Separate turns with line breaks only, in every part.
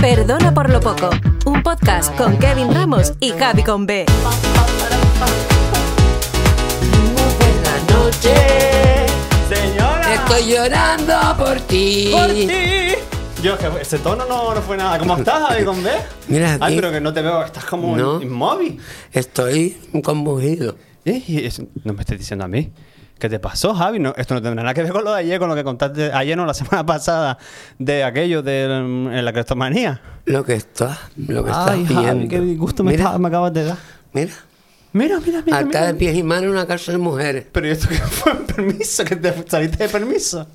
Perdona por lo poco, un podcast con Kevin Ramos y Javi con B.
Buenas noches, señora.
Estoy llorando por ti.
Por ti. Dios, que ese tono no, no fue nada. ¿Cómo estás, Javi con B?
Mira,
Ay,
aquí-
pero que no te veo, estás como
No.
inmóvil.
Estoy conmovido.
Eh, y eso- no me estés diciendo a mí. ¿Qué te pasó, Javi? No, esto no tendrá nada que ver con lo de ayer, con lo que contaste ayer, no, la semana pasada, de aquello de mm, la crestomanía.
Lo que estás, lo que
Ay,
estás
Javi,
viendo.
qué disgusto me,
mira,
estaba- me acabas de dar.
mira,
Mira, mira, mira.
Acá
mira.
de pies y manos en una cárcel de mujeres.
Pero ¿y esto qué fue? ¿Permiso? ¿Que te saliste de permiso?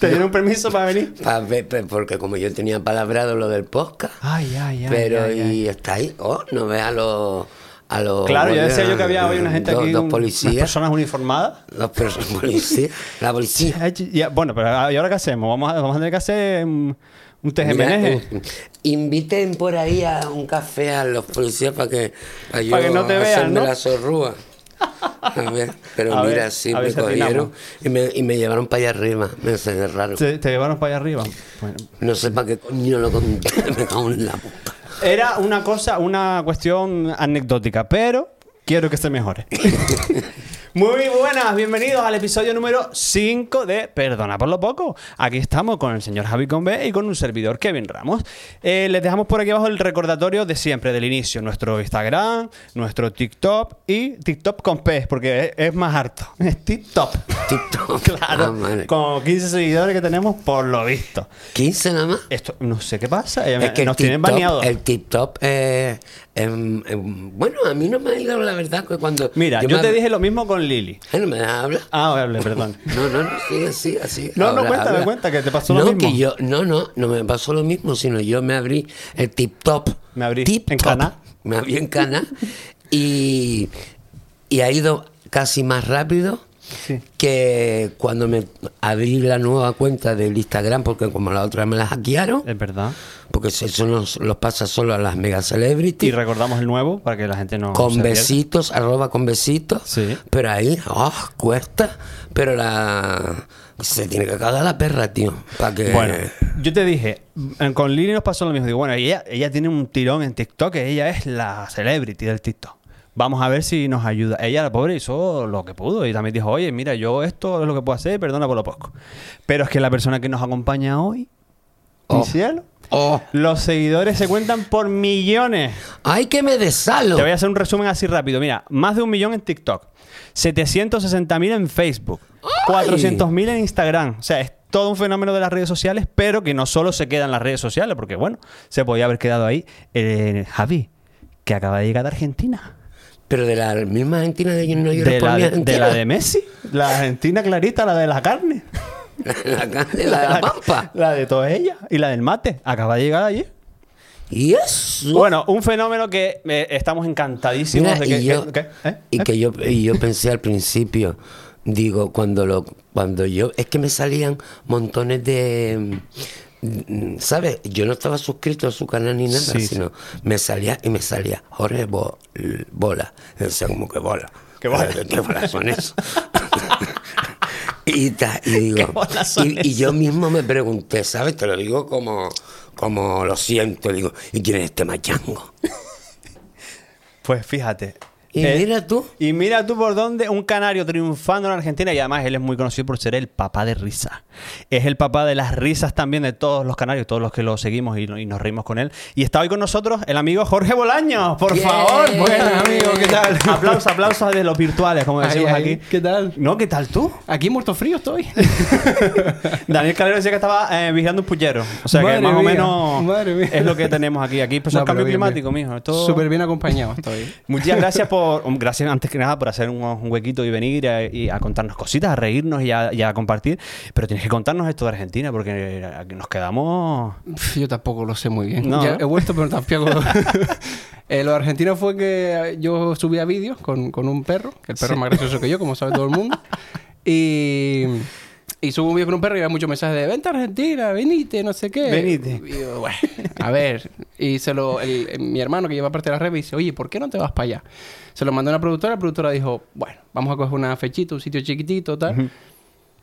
¿Te dieron permiso para venir?
Pa' ver, pe- porque como yo tenía palabrado lo del podcast,
Ay, ay, ay.
pero
ay, ay.
y está ahí. Oh, no ve a los. A los
Claro, yo
bueno,
decía yo que había hoy una gente
dos-
aquí,
Dos
un- unas
policías.
personas uniformadas.
Dos personas policías. La policía.
Ay, chi- ya, bueno, pero ah, ¿y ahora qué hacemos? Vamos a, vamos a tener que hacer mm, un
Mira,
TGMNG.
eh, inviten por ahí a un café a los policías para que, pa' yo
que no te vean,
hacerme
¿no?
la zorrúa. A ver, pero
A ver,
mira, sí
a ver
me
si atinamos.
cogieron y me, y me llevaron para allá arriba, me encerraron.
Te, te llevaron para allá arriba. Bueno.
No sé para qué coño lo conté, me cago en la puta.
Era una cosa, una cuestión anecdótica, pero quiero que se mejore. Muy buenas, bienvenidos al episodio número 5 de Perdona por lo poco. Aquí estamos con el señor Javi Combe y con un servidor Kevin Ramos. Eh, les dejamos por aquí abajo el recordatorio de siempre, del inicio, nuestro Instagram, nuestro TikTok y TikTok con P, porque es, es más harto. Es TikTok.
TikTok. Ah,
Claro,
madre.
con 15 seguidores que tenemos por lo visto.
15 nada más.
Esto, no sé qué pasa, eh,
Es que el
nos tienen
TikTok-
baneados.
El TikTok, eh, em, em, bueno, a mí no me ha ido la verdad que cuando...
Mira, yo,
me-
te dije lo mismo con Lili.
Ay, no me dejas hablar.
Ah, hable, perdón.
No, no, no, sigue, sigue, así.
No, no, cuéntame, cuenta, que te pasó lo mismo.
Que yo, no, no, no me pasó lo mismo, sino yo me abrí el tip top.
Me abrí
Tip
en
top.
Cana.
Me abrí en cana y, y ha ido casi más rápido
Sí.
que cuando me abrí la nueva cuenta del Instagram, porque como la otra me la hackearon,
Es verdad.
porque eso los, los pasa solo a las mega celebrities.
Y recordamos el nuevo para que la gente no. se
Con
pierda.
besitos, arroba con besitos.
Sí.
Pero ahí, oh, cuesta. Pero la. Se tiene que cagar la perra, tío. Para que.
Bueno, yo te dije, mm, con Lili nos pasó lo mismo. Digo, bueno, ella, ella tiene un tirón en TikTok, que ella es la celebrity del TikTok. Vamos a ver si nos ayuda. Ella, la pobre, hizo lo que pudo y también dijo, oye, mira, yo esto es lo que puedo hacer, perdona por lo poco. Pero es que la persona que nos acompaña hoy, mi
Oh.
cielo,
Oh.
los seguidores se cuentan por millones.
¡Ay, que me desalo!
Te voy a hacer un resumen así rápido. Mira, más de un millón en TikTok, 760.000 en Facebook, 400.000 en Instagram. O sea, es todo un fenómeno de las redes sociales, pero que no solo se queda en las redes sociales, porque bueno, se podía haber quedado ahí. Eh, Javi, que acaba de llegar de Argentina.
Pero de la misma Argentina de yo no lloro
De
por
la
mi
de,
Argentina.
de la de Messi, la Argentina clarita, la de la carne.
la, de la de la pampa.
La de todas ellas y la del mate. Acaba de llegar allí.
Y eso.
Bueno, un fenómeno que eh, estamos encantadísimos
Mira,
de que...
y yo,
que- que- ¿eh?
y
¿eh?
que yo y yo pensé al principio, digo, cuando lo cuando yo es que me salían montones de mm, ¿sabes? Yo no estaba suscrito a su canal ni nada,
Sí, sí.
sino me salía y me salía Jorge Bo- Bola, o sea, como que bola.
¿Qué bola?
¿Qué bola son eso? Y, ta- y
¿Qué
digo,
bolas son
y, y yo mismo me pregunté, ¿sabes? Te lo digo como, como lo siento, digo, ¿y quién es este machango?
Pues fíjate.
Y
Eh,
mira tú.
Y mira tú por dónde un canario triunfando en Argentina y además él es muy conocido por ser el papá de risa. Es el papá de las risas también de todos los canarios, todos los que lo seguimos y, y nos reímos con él. Y está hoy con nosotros el amigo Jorge Bolaños, por
Bien.
favor.
Buenas, amigo, ¿qué tal?
aplausos, aplausos de los virtuales, como
Ay,
decimos
ay,
aquí.
¿qué tal?
No, ¿qué tal tú?
Aquí muerto frío estoy.
Pues Daniel Calero decía que estaba eh, vigilando un pullero. O sea que
Madre
más o
mía,
menos
madre mía.
es lo que tenemos aquí. Aquí empezó
No,
el cambio
pero bien,
climático,
bien.
mijo. Esto-
Súper bien acompañado estoy.
Muchas gracias por, um, gracias antes que nada por hacer un, un huequito y venir a, y a contarnos cositas, a reírnos y a, y a compartir. Pero tienes que contarnos esto de Argentina porque eh, aquí nos quedamos.
Pf, Yo tampoco lo sé muy bien.
No,
Ya
¿no?
he vuelto, pero tampoco. Eh, lo argentino fue que yo subía vídeos con, con un perro, que el perro es más gracioso que yo, como sabe todo el mundo. Y, y subo un vídeo con un perro y había muchos mensajes de: Vente a Argentina, venite, no sé qué.
Venite.
Y yo, "Bueno, a ver. Y se lo, el- mi hermano que lleva parte de la red me dice: Oye, ¿por qué no te vas para allá? Se lo mandó a una productora, la productora dijo: Bueno, vamos a coger una fechita, un sitio chiquitito, tal.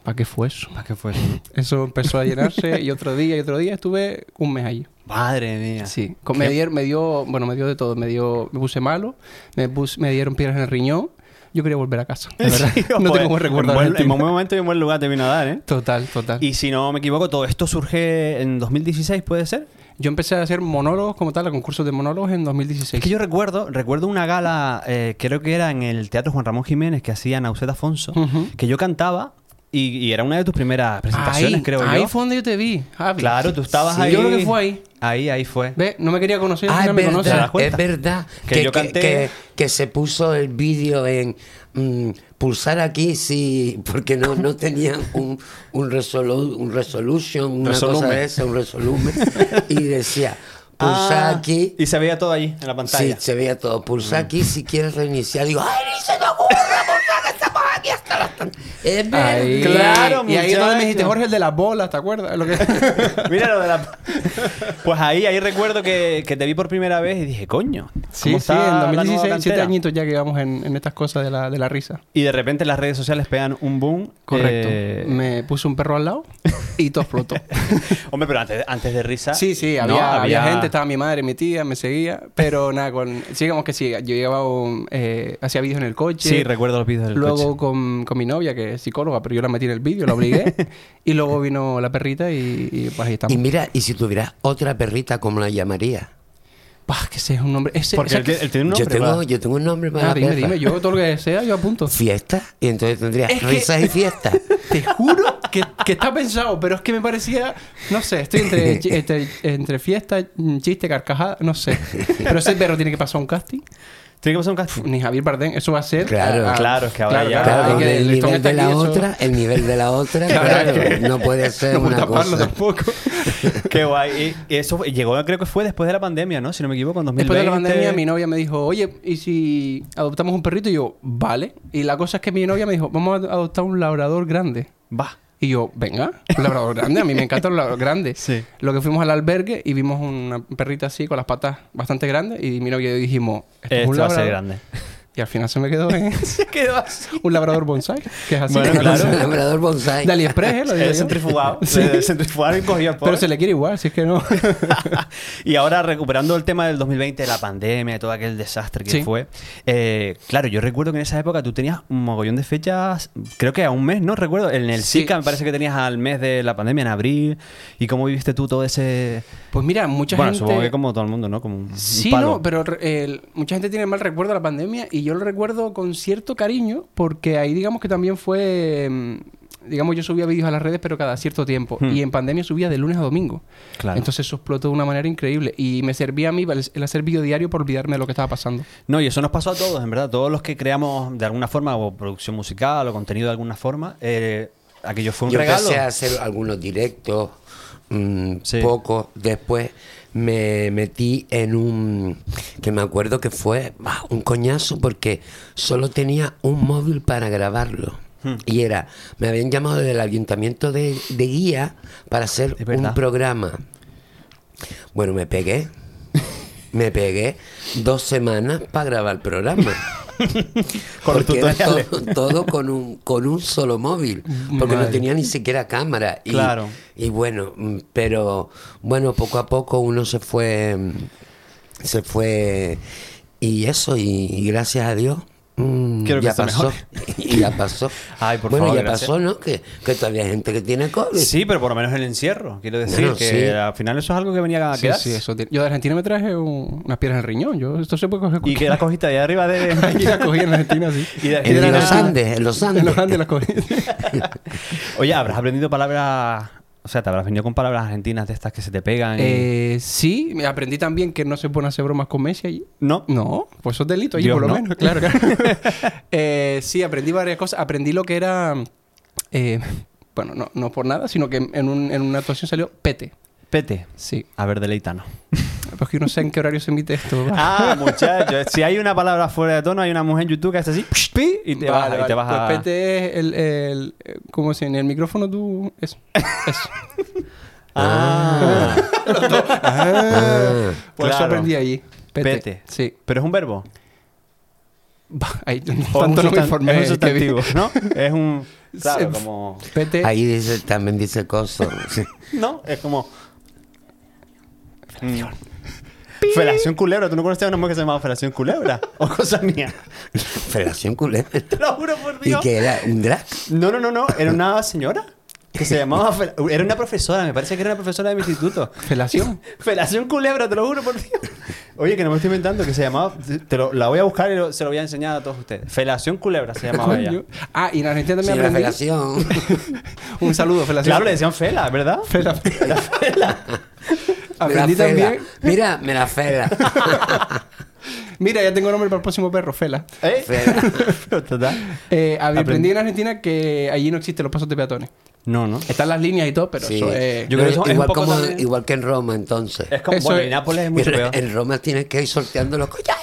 ¿Para qué fue eso?
¿Para qué fue
Eso empezó a llenarse y otro día y otro día estuve un mes allí.
Madre mía.
Sí, con- me, dieron- me dio, bueno, me dio de todo, me dio, me puse malo, me, pus- me dieron piedras en el riñón, yo quería volver a casa, la verdad.
Sí,
no
pues,
tengo buen recuerdo.
En
de
buen, en
Argentina.
buen momento y en buen lugar te vino a dar, ¿eh?
Total, total.
Y si no me equivoco, todo esto surge en 2016, ¿puede ser?
Yo empecé a hacer monólogos como tal, a concursos de monólogos en 2016.
Es que yo recuerdo, recuerdo una gala, eh, creo que era en el Teatro Juan Ramón Jiménez que hacía Nauset Afonso,
Ujú.
que yo cantaba y, y era una de tus primeras presentaciones,
ahí,
creo
ahí
yo.
fue donde yo te vi, Javi.
Claro, tú estabas
Sí,
ahí.
Yo creo que fue ahí.
Ahí, ahí fue.
Ve, no me quería conocer, al
Ah, es
final me conoce.
verdad, es
cuenta?
verdad.
Que
Que,
yo
que-
canté-
que- que se puso el vídeo en mm, pulsar aquí sí, porque no, no tenían un, un, resolu- un resolution, una
Resolumen.
cosa de esa, un resolumen. y decía, pulsar
Ah,
aquí.
Y se veía todo ahí, en la
Sí,
pantalla. Mm.
se veía todo. Pulsar aquí si quieres reiniciar. Digo, ¡ay, ni se te ocurra pulsar que estamos aquí hasta las tantas! Es verdad.
Ahí.
Claro,
y ahí es donde me dijiste,
muchacho.
Jorge, el de las bolas, ¿te acuerdas? Lo que...
Mira lo de la... Pues ahí, ahí recuerdo que, que te vi por primera vez y dije, coño, ¿cómo
sí, sí,
está
en
la nueva
2016, siete
cantera?
añitos ya que íbamos en, en estas cosas de la, de la risa.
Y de repente las redes sociales pegan un boom.
Correcto.
eh,
Me puse un perro al lado y todo explotó.
Hombre, pero antes, antes de risa.
Sí, sí,
¿no?
había, había gente, estaba mi madre, mi tía, me seguía, pero nada, con, sigamos que sí, yo llevaba un, eh, hacía vídeos en el coche.
Sí, recuerdo los vídeos del
Luego
coche.
con, con mi novia, que es psicóloga, pero yo la metí en el vídeo, la obligué. y luego vino la perrita y, y, pues ahí estamos.
Y mira, y si tuvieras otra perrita, ¿cómo la llamarías?
Bah, que ese es un nombre. Ese,
Porque
esa-
él, tie- él tiene un
Yo
nombre.
tengo,
¿verdad?
yo tengo un nombre para
Ah,
la
dime,
perra.
dime, yo todo lo que sea, yo apunto.
fiesta y entonces tendría
Es que-
risas y fiestas.
Te juro que, que está pensado, pero es que me parecía. No sé, estoy entre, chi- entre, entre fiesta, mm, chiste, carcajada, no sé. Pero ese perro tiene que pasar un casting.
Tiene que pasar un casting.
Ni Javier Bardem, eso va a ser. Ah,
Claro.
Ah, Claro, es que ahora ya-
Claro,
hay
con el
que- Tom
nivel
está
de
aquí,
la
eso-
otra, el nivel de la otra,
Claro,
claro,
es que-
no puede ser
No puedo
una
taparlo
cosa.
tampoco.
Qué guay. Y, y eso fue- llegó, creo que fue después de la pandemia, ¿no? Si no me equivoco, en 2020.
Después de la pandemia, mi novia me dijo, oye, ¿y si adoptamos un perrito? Y yo, vale. Y la cosa es que mi novia me dijo, vamos a ad- adoptar un labrador grande.
Va.
Y yo, venga, un labrador grande. A mí me encantan los labradores grandes.
Sí.
Lo que fuimos al albergue y vimos una perrita así con las patas bastante grandes. Y mi novia y yo dijimos, esto es
Esto
un
va a ser
labrador.
grande.
Y al final se me quedó en un labrador bonsai, que es así.
Bueno,
una
claro.
cosa
El labrador bonsai.
De AliExpress, ¿eh? Lo digo
Eh,
yo.
centrifugado.
Sí.
Eh, Centrifugado y cogido al pobre.
Pero se le quiere igual, si es que no.
y ahora recuperando el tema del 2020, la pandemia, todo aquel desastre que
Sí.
fue. eh, claro, yo recuerdo que en esa época tú tenías un mogollón de fechas, creo que a un mes, ¿no? Recuerdo, en el
Sí.
SICA me parece que tenías al mes de la pandemia, en abril. ¿Y cómo viviste tú todo ese...?
Pues mira, mucha
bueno,
gente...
supongo que como todo el mundo, ¿no? Como un, un
Sí,
palo.
no, pero re- el- mucha gente tiene mal recuerdo de la pandemia y yo lo recuerdo con cierto cariño porque ahí digamos que también fue, mm, digamos yo subía vídeos a las redes pero cada cierto tiempo
Hmm.
y en pandemia subía de lunes a domingo.
Claro.
Entonces eso explotó de una manera increíble y me servía a mí el, el hacer vídeo diario por olvidarme de lo que estaba pasando.
No, y eso nos pasó a todos, en verdad. Todos los que creamos de alguna forma, o producción musical, o contenido de alguna forma, eh, aquello fue un
Yo
regalo.
empecé a hacer algunos directos, mm,
Sí.
pocos. Después me metí en un. que me acuerdo que fue bah, un coñazo porque solo tenía un móvil para grabarlo.
Hmm.
Y era. Me habían llamado del ayuntamiento de, de Guía para hacer
Es verdad.
un programa. Bueno, me pegué. Me pegué dos semanas para grabar el programa.
Con los
Porque era
tutoriales.
todo, todo con, un, con un solo móvil. Porque
Madre.
no tenía ni siquiera cámara. Y,
Claro.
Y bueno, mm, pero bueno, poco a poco uno se fue. mm, Se fue. Y eso, y, y gracias a Dios. mm,
Quiero que
ya
esté
pasó. Y ya pasó.
Ay, por
bueno,
favor,
ya
gracias.
pasó, ¿no? Que, que todavía hay gente que tiene COVID.
Sí, pero por lo menos el encierro. Quiero decir
Bueno,
que
sí.
al final eso es algo que venía a
Sí,
quedar.
sí, eso tiene- Yo de Argentina me traje un- unas piedras en el riñón. Yo esto se puede coger.
Y que la cogiste ahí arriba de.
Aquí las cogí en Argentina, sí.
Y de-
En
Piedra
los
nada.
Andes, en los Andes.
En los Andes las cogí.
Oye, habrás aprendido palabras. O sea, te habrás venido con palabras argentinas de estas que se te pegan. y-
Eh, sí, me aprendí también que no se pueden hacer bromas con Messi allí.
No.
No, pues eso es delito allí,
Dios,
por lo
no.
menos. Claro, claro. Eh, sí, aprendí varias cosas. Aprendí lo que era. eh, bueno, no, no por nada, sino que en, un- en una actuación salió pete.
Pete.
Sí.
A ver, deleítanos.
Pero es que no sé en qué horario se emite esto.
Ah, muchachos. si hay una palabra fuera de tono, hay una mujer en YouTube que hace así. pi, Y te vas,
Vale,
y te
vale.
vas a.
Pues pete es el. el- eh, como si en el micrófono tú. Eso. Eso.
Ah.
Ah,
Por eso
Claro.
aprendí allí. Pete.
Pete.
Sí.
Pero es un verbo.
Bah, ahí,
O
tanto
un
no me
sustan-
informé.
Es un
Kevin.
sustantivo, ¿no? Es un. Claro, como.
Pete.
Ahí dice, también dice coso. Sí.
No, es como. mm. Felación culebra. ¿Tú no conoces a una mujer que se llamaba Felación culebra? o cosa mía.
Felación culebra.
Te lo juro por
Y
Dios.
que era un drag.
No, no, no, no. Era una señora que se llamaba. Fel- Era una profesora, me parece que era una profesora de mi instituto.
Felación.
Felación culebra, te lo juro por Dios. Oye, que no me estoy inventando, que se llamaba. Te lo- la voy a buscar y lo- se lo voy a enseñar a todos ustedes. Felación culebra se llamaba ella.
Coño. Ah, y en Argentina
Sí,
también
la
aprendí.
felación.
Un saludo, Felación.
Claro, le decían Fela, ¿verdad?
Fela.
Me la
Aprendí
fela.
también.
Mira, me la fela.
Mira, ya tengo nombre para el próximo perro, Fela.
¿Eh?
Fela.
Pero total.
Eh, aprendí,
Aprendí.
en Argentina que allí no existen los pasos de peatones.
No, no.
Están las líneas y todo, pero
Sí.
eso es...
Yo creo que eso es un
igual,
poco
como,
también-
igual que en Roma, entonces.
Es como.
Eso
Bueno,
es-
y Nápoles es
En,
mucho peor.
en Roma tienes que ir sorteando los collares.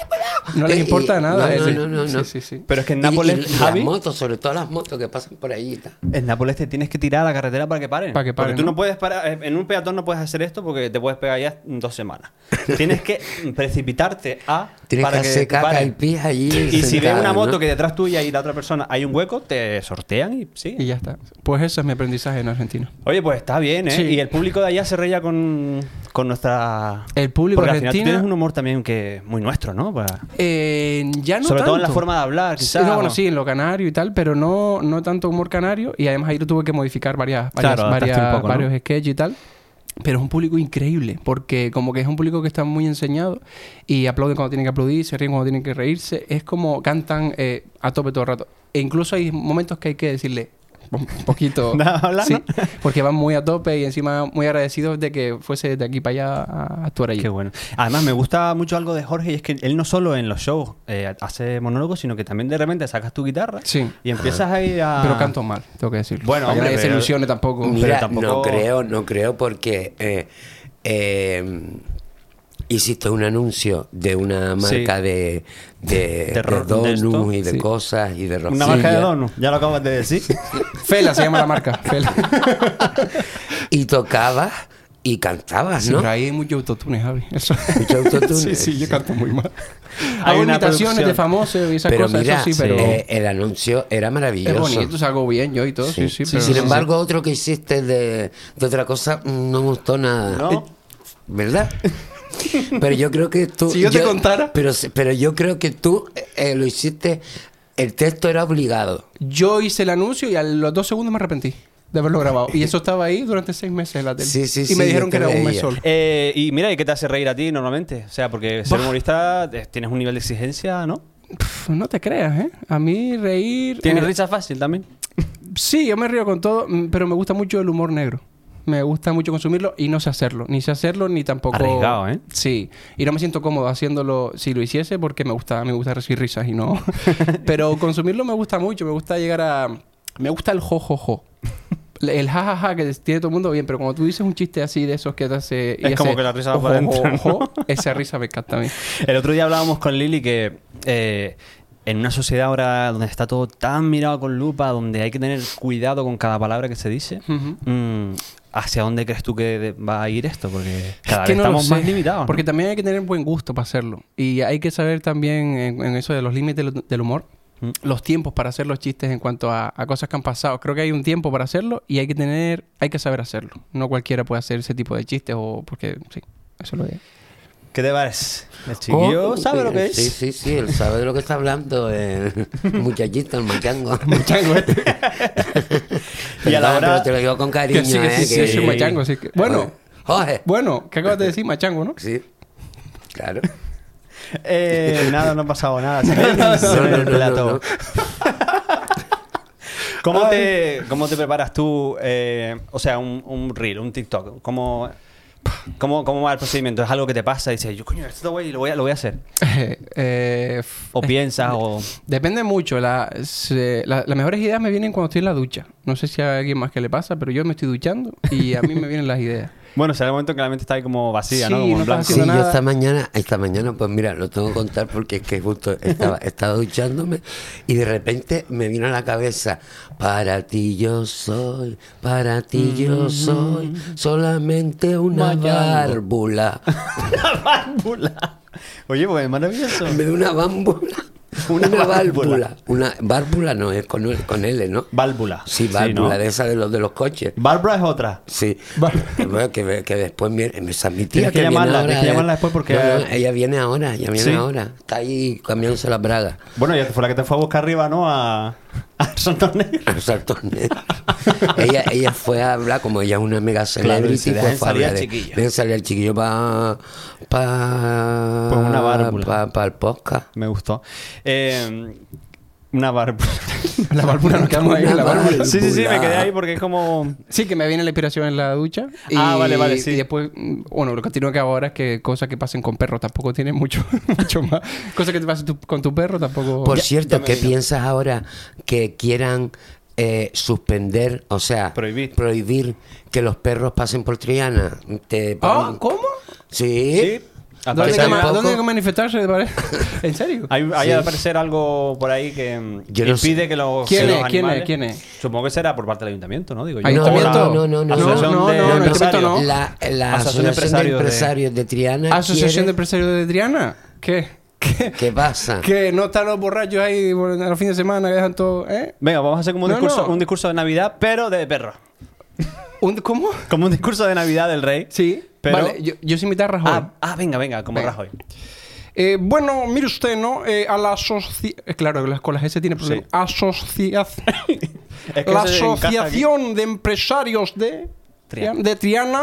No les importa nada.
No,
eh,
no, no.
sí,
no.
sí, sí.
Pero es que
Y-
en
y-
Nápoles,
y
Javi.
las motos, sobre todo las motos que pasan por ahí. y tal.
En Nápoles te tienes que tirar a la carretera para que paren.
Para que paren,
Porque tú
¿no?
no puedes parar. eh, En un peatón no puedes hacer esto porque te puedes pegar ya en dos semanas. tienes que precipitarte a.
Tienes
para
que hacer
te
caca
paren.
y pis allí.
Y si ves
sentado,
una moto
¿no?
que detrás tuya y la otra persona hay un hueco, te sortean y sí.
Y ya está. Pues eso es mi aprendizaje en Argentina.
Oye, pues está bien, ¿eh?
Sí.
Y el público de allá se reía con, con nuestra.
El público
Porque al final tú
argentino-
tienes un humor también que es muy nuestro, ¿no? Para-
Eh, ya no
Sobre todo en
tanto.
la forma de hablar,
Sí,
quizás.
no, bueno,
o-
sí, en lo canario y tal, pero no, no tanto humor canario. Y además ahí lo tuve que modificar varias, varias,
Claro, adaptaste
varias-
un poco, ¿no?
varios sketches y tal. Pero es un público increíble, porque como que es un público que está muy enseñado y aplauden cuando tienen que aplaudir, se ríen cuando tienen que reírse. Es como cantan eh, a tope todo el rato. E incluso hay momentos que hay que decirle un poquito.
Nada, hablar,
sí,
¿no?
porque van muy a tope y encima muy agradecidos de que fuese de aquí para allá a actuar allí.
Qué bueno. Además, me gusta mucho algo de Jorge y es que él no solo en los shows eh, hace monólogos, sino que también de repente sacas tu guitarra
Sí.
y empiezas ahí a.
Pero canto mal, tengo que decirlo.
Ah. Bueno,
para que
hombre, eh,
nadie se
pero-
ilusione tampoco.
Pero
Mira,
tampoco-
no creo, no creo porque eh, eh, hiciste un anuncio de una marca de, de,
De ro-
de donuts
de esto,
y de
sí.
cosas y de
Una
rosquillas.
marca de dono, ya lo acabas de decir.
Fela se llama la marca. Fela.
Y tocabas y cantabas,
Sí,
¿no?
pero ahí hay mucho autotune, Javi. Eso.
Mucho autotune.
sí, sí, yo canto muy mal.
Hay
Hago
una
imitaciones
producción.
de famosos y esas
Pero
cosas,
mira,
eso sí, pero
eh, el anuncio era
es
maravilloso.
bonito, salgo bien yo y todo,
Sí.
sí, sí,
Sí,
pero
Sin
no sé.
embargo, otro que hiciste de, de otra cosa mm, no me gustó nada.
¿No?
¿Verdad? Pero yo creo que tú.
Si yo te contara.
Pero, si- pero yo creo que tú eh, lo hiciste. El texto era obligado.
yo hice el anuncio y a los dos segundos me arrepentí de haberlo grabado. Y eso estaba ahí durante seis meses en la tele.
Sí, sí,
y
sí,
me
yo
dijeron
te
que era un mes
veía.
solo.
Eh, y mira, ¿y qué te hace reír a ti normalmente? O sea, porque ser humorista eh, tienes un nivel de exigencia, ¿no?
Pff, no te creas, ¿eh? A mí reír...
Tienes
eh,
risa fácil también.
Sí, yo me río con todo, mm, pero me gusta mucho el humor negro. Me gusta mucho consumirlo y no sé hacerlo. Ni sé hacerlo ni tampoco.
Arriesgado, ¿eh?
Sí. Y no me siento cómodo haciéndolo si lo hiciese porque me gusta, me gusta recibir risas y no. pero consumirlo me gusta mucho. Me gusta llegar a. Me gusta el jojojo. El jajaja que tiene todo el mundo bien, pero cuando tú dices un chiste así de esos que te hace. y
Es como
hace
que la risa va para
ojo,
adentro,
ojo,
¿no?
ojo, Esa risa me encanta a mí.
El otro día hablábamos con Lili que eh, en una sociedad ahora donde está todo tan mirado con lupa, donde hay que tener cuidado con cada palabra que se dice,
Ujú.
mm, ¿hacia dónde crees tú que de- va a ir esto? Porque cada
que
vez
no lo
estamos
sé,
más limitados. ¿no?
Porque también hay que tener buen gusto para hacerlo. Y hay que saber también en, en eso de los límites del, del humor.
Mm.
Los tiempos para hacer los chistes en cuanto a, a cosas que han pasado. Creo que hay un tiempo para hacerlo y hay que tener, hay que saber hacerlo. No cualquiera puede hacer ese tipo de chistes o porque sí, eso lo digo.
¿Qué te parece? El chiquillo
Oh,
eh,
sabe lo que es.
Sí, sí, sí. Él sabe de lo que está hablando. El muchachito, el machango.
este,
Y a la
Perdón,
hora-
Pero te lo digo con cariño.
Que sí, que
eh,
sí, sí, es un machango, sí que- Bueno.
Jorge.
Bueno, ¿qué acabas de decir, machango, no?
Sí. Claro.
Eh, nada, no ha pasado nada. Se
No, no,
el
no,
plato.
no, no.
¿Cómo, te, ¿Cómo te preparas tú? eh, o sea, un, un reel, un TikTok. ¿Cómo, cómo, ¿Cómo va el procedimiento? ¿Es algo que te pasa y dices, yo coño, esto lo voy, lo voy, a, lo voy a hacer?
Eh, f-
¿O piensas? o...
Depende mucho. La- se- la- las mejores ideas me vienen cuando estoy en la ducha. No sé si hay alguien más que le pasa, pero yo me estoy duchando y a mí me vienen las ideas.
Bueno, será el momento en que la mente está ahí como vacía,
Sí,
¿no? Como
no
en blanco.
estás
Sí,
haciendo
yo
nada.
esta mañana, esta mañana, pues mira, lo tengo que contar porque es que justo estaba, estaba duchándome y de repente me vino a la cabeza, para ti yo soy, para ti yo soy, solamente una
Mayando.
válvula.
La válvula. Oye, pues maravilloso.
En vez de una válvula, Una, válvula. Una válvula no es con, con L, ¿no?
Válvula.
Sí, válvula,
¿no?
de esa de los, de los coches.
Válvula es otra.
Sí,
Vale.
que, bueno, que, que después viene, esa es mi tía
Tienes que
viene
llamarla,
ahora,
tienes que
eh.
llamarla después porque-
No, no, ella viene ahora, ella viene
Sí.
ahora. Está ahí cambiándose las bragas.
Bueno, ya fue la que te fue a buscar arriba, ¿no? A, a Santander.
a los saltones. ella, ella fue a hablar, como ella es una mega
y se
celebrity,
dejan
pues fue a
salir
hablar
al
de-
chiquillo.
dejan salir al chiquillo para pa,
Pues una válvula.
pa- pa el podcast.
Me gustó. Eh, una válvula.
La válvula nos quedamos ahí en la
Una
válvula.
Sí, sí, sí, me
Válvula.
quedé ahí porque es como.
Sí, que me viene la inspiración en la ducha. Y,
Ah, vale, vale, sí.
Y después, mm, bueno, lo que tengo que hago ahora es que cosas que pasen con perros tampoco tienen mucho, mucho más. Cosas que te pasen tu- con tu perro tampoco.
Por
Ya.
cierto,
Oh. me
¿qué
vino.
piensas ahora que quieran eh, suspender, o sea,
Prohibir.
prohibir que los perros pasen por Triana? Te
Ah,
ponen-
¿Cómo?
Sí.
Al
¿Eh? ¿Dónde hay,
parecer
que,
hay
ma-
poco-
dónde hay que manifestarse? pare- ¿En serio?
Hay, hay
Sí.
al parecer algo por ahí que mm,
Yo no
impide
sé.
que los.
¿Quién
que
es?
los
¿Quién es?
animales-
¿Quién es?
Supongo que será por parte del ayuntamiento, ¿no? Digo yo.
¿Ayuntamiento?
O la
No, no, no, no.
Asociación
No, no,
de
no, no,
empresarios.
no.
La, la
Asociación
Asociación,
de
de
Empresarios
Empresarios
de-
de, Triana.
¿Asociación
quiere-
de Empresarios de Triana? ¿Qué? ¿Qué?
¿Qué pasa?
Que no están los borrachos ahí bueno, a los fines de semana que dejan todo. ¿Eh?
Venga, vamos a hacer como un,
No,
discurso,
no.
un discurso de Navidad, pero de perro.
¿Un- ¿Cómo?
Como un discurso de Navidad del rey.
Sí.
Pero-
Vale, yo, yo sí invité a Rajoy.
Ah, ah, venga, venga, como
Venga.
Rajoy.
Eh, bueno, mire usted, ¿no? Eh, a la asociación. Claro, las- con las S tiene problema.
Sí.
Asociación.
Es que
la
se encaja aquí.
Asociación de Empresarios de
Triana.
Triana. De Triana.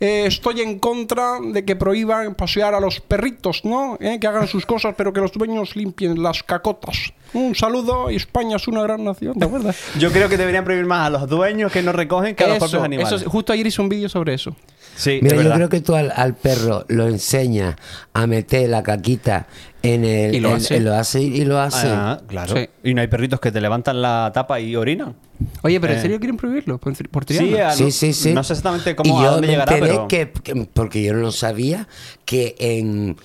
eh, estoy en contra de que prohíban pasear a los perritos, ¿no? Eh, que hagan sus cosas, pero que los dueños limpien las cacotas. Un saludo, España es una gran nación, ¿de acuerdo?
Yo creo que deberían prohibir más a los dueños que no recogen que a los propios animales.
eso, justo ayer hice un vídeo sobre eso.
Sí,
Mira,
es
yo
verdad.
creo que tú al, al perro lo enseñas a meter la caquita en el.
Y lo
en-
hace.
en lo hace y lo hace.
Ah, claro.
Sí.
Y no hay perritos que te levantan la tapa y orinan.
Oye, pero
Eh.
¿en serio quieren prohibirlo? ¿Por, por Triana?
eh,
sí, sí, sí.
No sé exactamente cómo
y
a
yo
dónde
me
llegará,
enteré
pero.
que, que- porque yo no sabía que en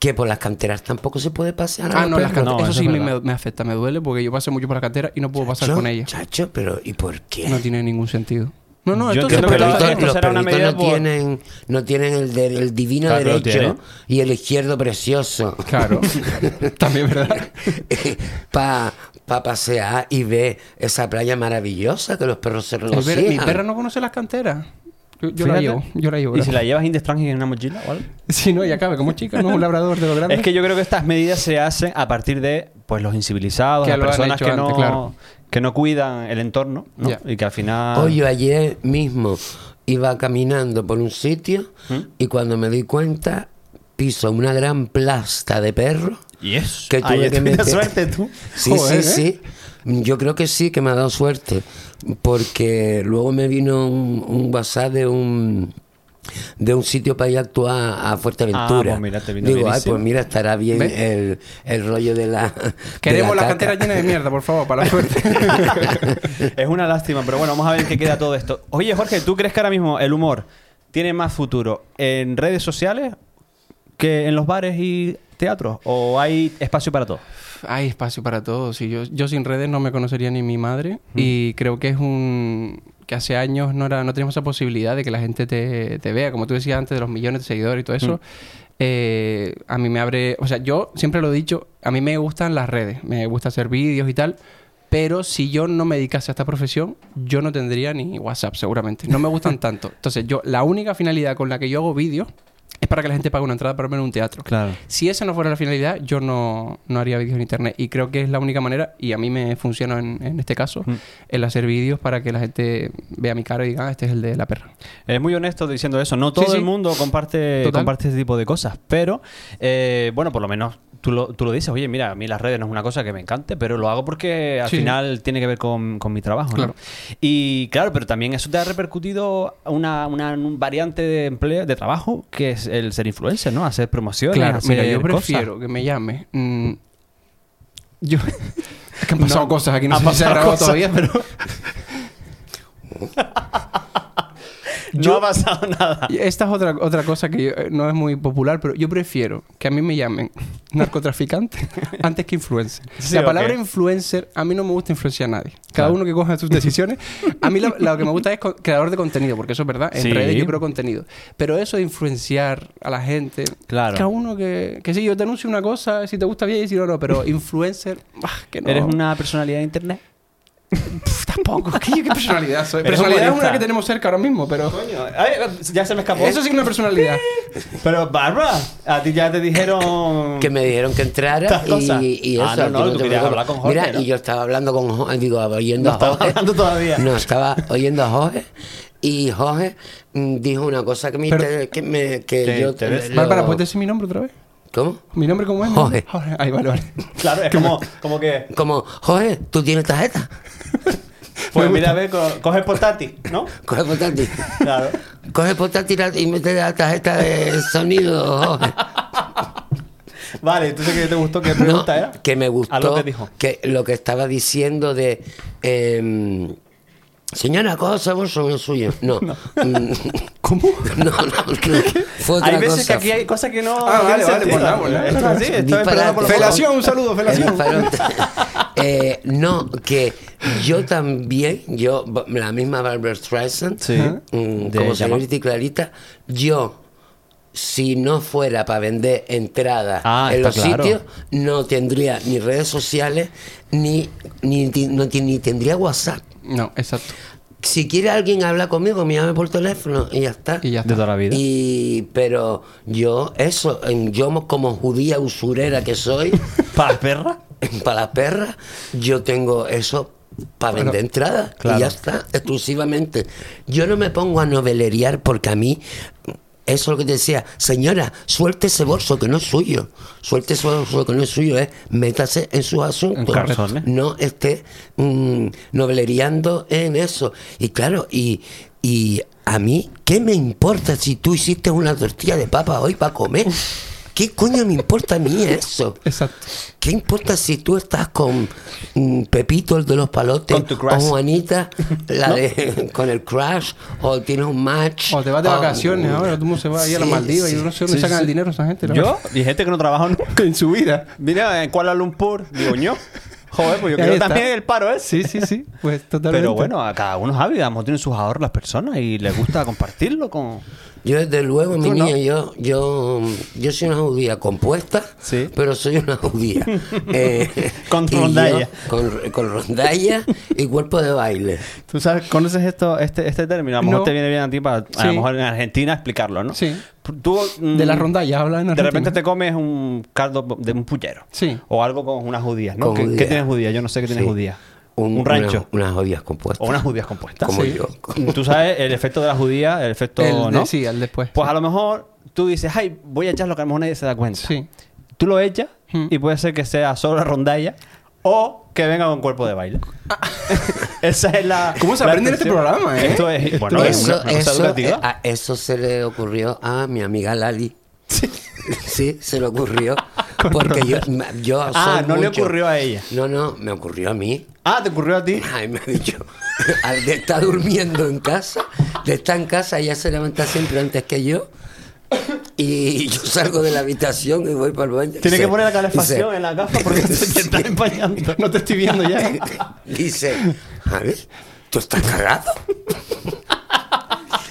que por las canteras tampoco se puede pasear. a
Ah,
los
no, las
perros.
canteras.
No,
eso,
eso
sí
es
me,
verdad.
me afecta, me duele porque yo paso mucho por la cantera y no puedo pasar
Chacho,
con ella.
Chacho, pero ¿y por qué?
No tiene ningún sentido. No, no,
Yo
esto
Los
entiendo que
pero
lo
perritos,
hacen por
esto- esto-
los
será una
perritos
medida
no,
por-
tienen, no tienen el, de- el divino
Claro que lo
derecho
tienen.
y el izquierdo precioso.
Claro, también verdad.
para pasear y ver esa playa maravillosa que los perros se
El ver- mi
regocijan.
perra no conoce las canteras. Yo, yo la
Fíjate.
llevo, yo la llevo.
¿Y si la llevas in the Strange en una mochila o algo?
Si no, ya cabe, como chica, no un labrador de lo grande.
Es que yo creo que estas medidas se hacen a partir de pues los incivilizados,
Que
las
lo han
personas
hecho
que, no,
antes, claro.
que no cuidan el entorno ¿no?
Ya.
y que al final.
Ah.
Hoy yo ayer mismo iba caminando por un sitio
¿Mm?
y cuando me di cuenta piso una gran plasta de perros.
Yes.
Que tuve
Ahí
que
tienes
meter.
suerte tú.
Sí,
Joder,
sí,
¿eh?
sí. Yo creo que sí, que me ha dado suerte. Porque luego me vino un, un WhatsApp de un de un sitio para ir a actuar a Fuerteventura.
Ah, pues mira, te vino
Digo, ay,
bienísimo".
pues mira, estará bien
¿Ves?
el, el rollo de la.
Queremos la,
cantera
cantera llena de mierda, por favor, para la suerte.
es una lástima, pero bueno, vamos a ver en qué queda todo esto. Oye, Jorge, ¿tú crees que ahora mismo el humor tiene más futuro en redes sociales que en los bares y teatros? ¿O hay espacio para todo?
Hay espacio para todos. Y yo, yo sin redes no me conocería ni mi madre. Y creo que es un. que hace años no, era, no teníamos esa posibilidad de que la gente te, te vea. Como tú decías antes, de los millones de seguidores y todo eso. Eh, a mí me abre. O sea, yo siempre lo he dicho, a mí me gustan las redes. Me gusta hacer vídeos y tal. Pero si yo no me dedicase a esta profesión, yo no tendría ni WhatsApp, seguramente. No me gustan tanto. Entonces, yo, la única finalidad con la que yo hago vídeos es para que la gente pague una entrada para verme en un teatro.
Claro.
Si esa no fuera la finalidad, yo no, no haría vídeos en internet. Y creo que es la única manera, y a mí me funciona en, en este caso,
Mm.
el hacer vídeos para que la gente vea mi cara y diga, "Ah, este es el de la perra.
Es muy honesto diciendo eso. No todo
Sí, sí.
el mundo comparte,
Total.
comparte este tipo de cosas, pero eh, bueno, por lo menos tú lo, tú lo dices. Oye, mira, a mí las redes no es una cosa que me encante, pero lo hago porque al
Sí.
final tiene que ver con, con mi trabajo. ¿no?
Claro.
Y claro, pero también eso te ha repercutido una, una un variante de empleo, de trabajo, que es el ser influencer, ¿no? Hacer promociones.
Claro,
hacer
mira, yo
cosas.
prefiero que me llame. mm, yo. es que han pasado
No,
cosas aquí, no
han
sé si se ha
pasado
grabado
cosas.
todavía, pero.
No
Yo-
ha pasado nada.
Y Esta es otra, otra cosa que yo- eh, no es muy popular, pero yo prefiero que a mí me llamen narcotraficante antes que influencer.
Sí,
la palabra
ok.
influencer, a mí no me gusta influenciar a nadie. Cada uno que coja sus decisiones. A mí lo, lo que me gusta es co- creador de contenido, porque eso es verdad. En
Sí.
redes yo creo contenido. Pero eso de influenciar a la gente.
Claro.
Cada uno que. Que sí, yo te anuncio una cosa, si te gusta bien y si no, no. Pero influencer, bah, que no.
¿Eres una personalidad de internet?
Pff, tampoco. ¿Qué, qué personalidad soy?
Eres
Personalidad es una
humanista.
que tenemos cerca ahora mismo, pero.
Coño, ay, ya se me escapó.
Eso sí que es una personalidad.
Pero, Bárbara, a ti ya te dijeron.
que me dijeron que entrara
Estas cosas.
y, y eso.
Ah, no,
a ti
no, tú
te
querías
preocupes.
hablar con Jorge,
Mira,
¿no?
y yo estaba hablando con Jorge, digo, oyendo
No
a
estaba
Jorge.
hablando todavía.
No, estaba oyendo a Jorge y Jorge mm, dijo una cosa que me...
Pero-
inter- que me- que
¿Te pues,
yo,
interesa?
lo-
Bárbara, ¿puedes decir mi nombre otra vez?
¿Cómo?
¿Mi nombre cómo es?
Jorge.
Jorge. Ay, vale, vale.
Claro, es como, como que.
Como, Jorge, ¿tú tienes tarjeta?
Pues
Me
mira, a ver, co- coge el portátil, ¿no?
Coge portátil.
Claro.
Coge portátil y mete la tarjeta de sonido, Jorge.
Vale, entonces, ¿qué te gustó? ¿Qué pregunta
No,
era?
Que me gustó.
A lo que dijo.
que lo que estaba diciendo de. em, Señora, coja ese bolso no es suyo. No. Mm,
¿Cómo?
no, no, no. Fue otra
Hay veces
cosa.
que aquí hay cosas que no.
Ah,
no
vale,
tienen
vale,
sentido.
pues nada, pues nada.
Esto es así, esto es
Disparate.
perdona ¿eh? por los
Felación.
un saludo,
El parote. Eh, no, que yo también, yo, la misma Barbara Streisand,
Sí.
mm,
¿Eh? De
como
llama-
señorita y clarita, yo, si no fuera para vender entradas
Ah,
en
está
los
claro.
sitios, no tendría ni redes sociales, ni, ni, ti- no ti- ni tendría WhatsApp.
No, exacto.
Si quiere alguien hablar conmigo, me llame por teléfono y ya está.
Y ya
De
está.
toda la vida.
Y- pero yo, eso, en- yo como judía usurera que soy,
¿Para la perra?
para las perras, yo tengo eso para vender entradas
claro.
y ya está, exclusivamente. Yo no me pongo a novelerear porque a mí, eso es lo que te decía, señora, suelte ese bolso que no es suyo, suelte ese bolso que no es suyo, es métase en sus asuntos,
calzones.
no esté mm, novelereando en eso. Y claro, y, y a mí, ¿qué me importa si tú hiciste una tortilla de papa hoy para comer? ¿Qué coño me importa a mí eso?
Exacto.
¿Qué importa si tú estás con mm, Pepito, el de los palotes,
Con tu crush.
o Juanita, la de, con el crash, o tienes un match?
O te vas de vacaciones ahora, tú se va a ir a la
Sí,
Maldiva
sí.
y no sé dónde
Ah, Sí,
sacan
sí.
el dinero esa gente. la
Yo,
verdad.
y gente que no trabaja nunca.
En su vida.
Mira, eh, en Kuala Lumpur, digo yo. Joder, pues yo
Ahí
quiero
está.
también el paro ese.
Sí, sí, sí. Pues totalmente.
Pero bueno, a cada uno es hábil, a lo mejor tienen sus ahorros las personas y les gusta compartirlo con.
Yo desde luego, mi
Tú no.
niño, yo, yo, yo soy una judía compuesta,
Sí.
pero soy una judía. Eh,
Con
y yo-
rondalla.
con, con rondalla y cuerpo de baile.
¿Tú sabes, conoces esto, este, este término? A lo mejor
No.
te viene bien a ti para, a lo
Sí.
mejor en Argentina, explicarlo, ¿no?
Sí.
Tú, mm,
De la rondalla habla en
De
Argentina.
repente te comes un caldo de un pullero.
Sí.
O algo con unas judías, ¿no?
Con
¿Qué, qué
judía.
tienes judía? Yo no sé qué tienes
Sí.
judía.
Un-
Un, rancho.
una- unas judías compuestas.
O unas judías compuestas.
Como
Sí.
yo.
Tú sabes el efecto de la judía, el efecto,
El de-
¿no?
sí, el después.
Pues a lo mejor tú dices, ay, voy a echarlo que a lo mejor nadie se da cuenta.
Sí.
Tú lo echas
Hmm.
y puede ser que sea solo la rondalla o que venga con cuerpo de baile. Esa es la.
¿Cómo se
la
aprende en este
extensión.
programa, eh?
Esto es. Bueno, es una,
eso,
una cosa
eso,
educativa.
eh, a- eso se le ocurrió a mi amiga Lali. Sí, se le ocurrió. Porque yo, me- yo
Ah,
soy
no le
mucho-
ocurrió a ella.
No, no, me ocurrió a mí.
Ah, ¿te ocurrió a ti?
Ay, me ha dicho, al de estar durmiendo en casa, de estar en casa, ella se levanta siempre antes que yo. Y yo salgo de la habitación y voy para el baño.
Tiene
Dice-
que poner la calefacción
dice-
en la gafa porque se te está empañando. No te estoy viendo ya.
Dice, a ver, ¿tú estás cagado?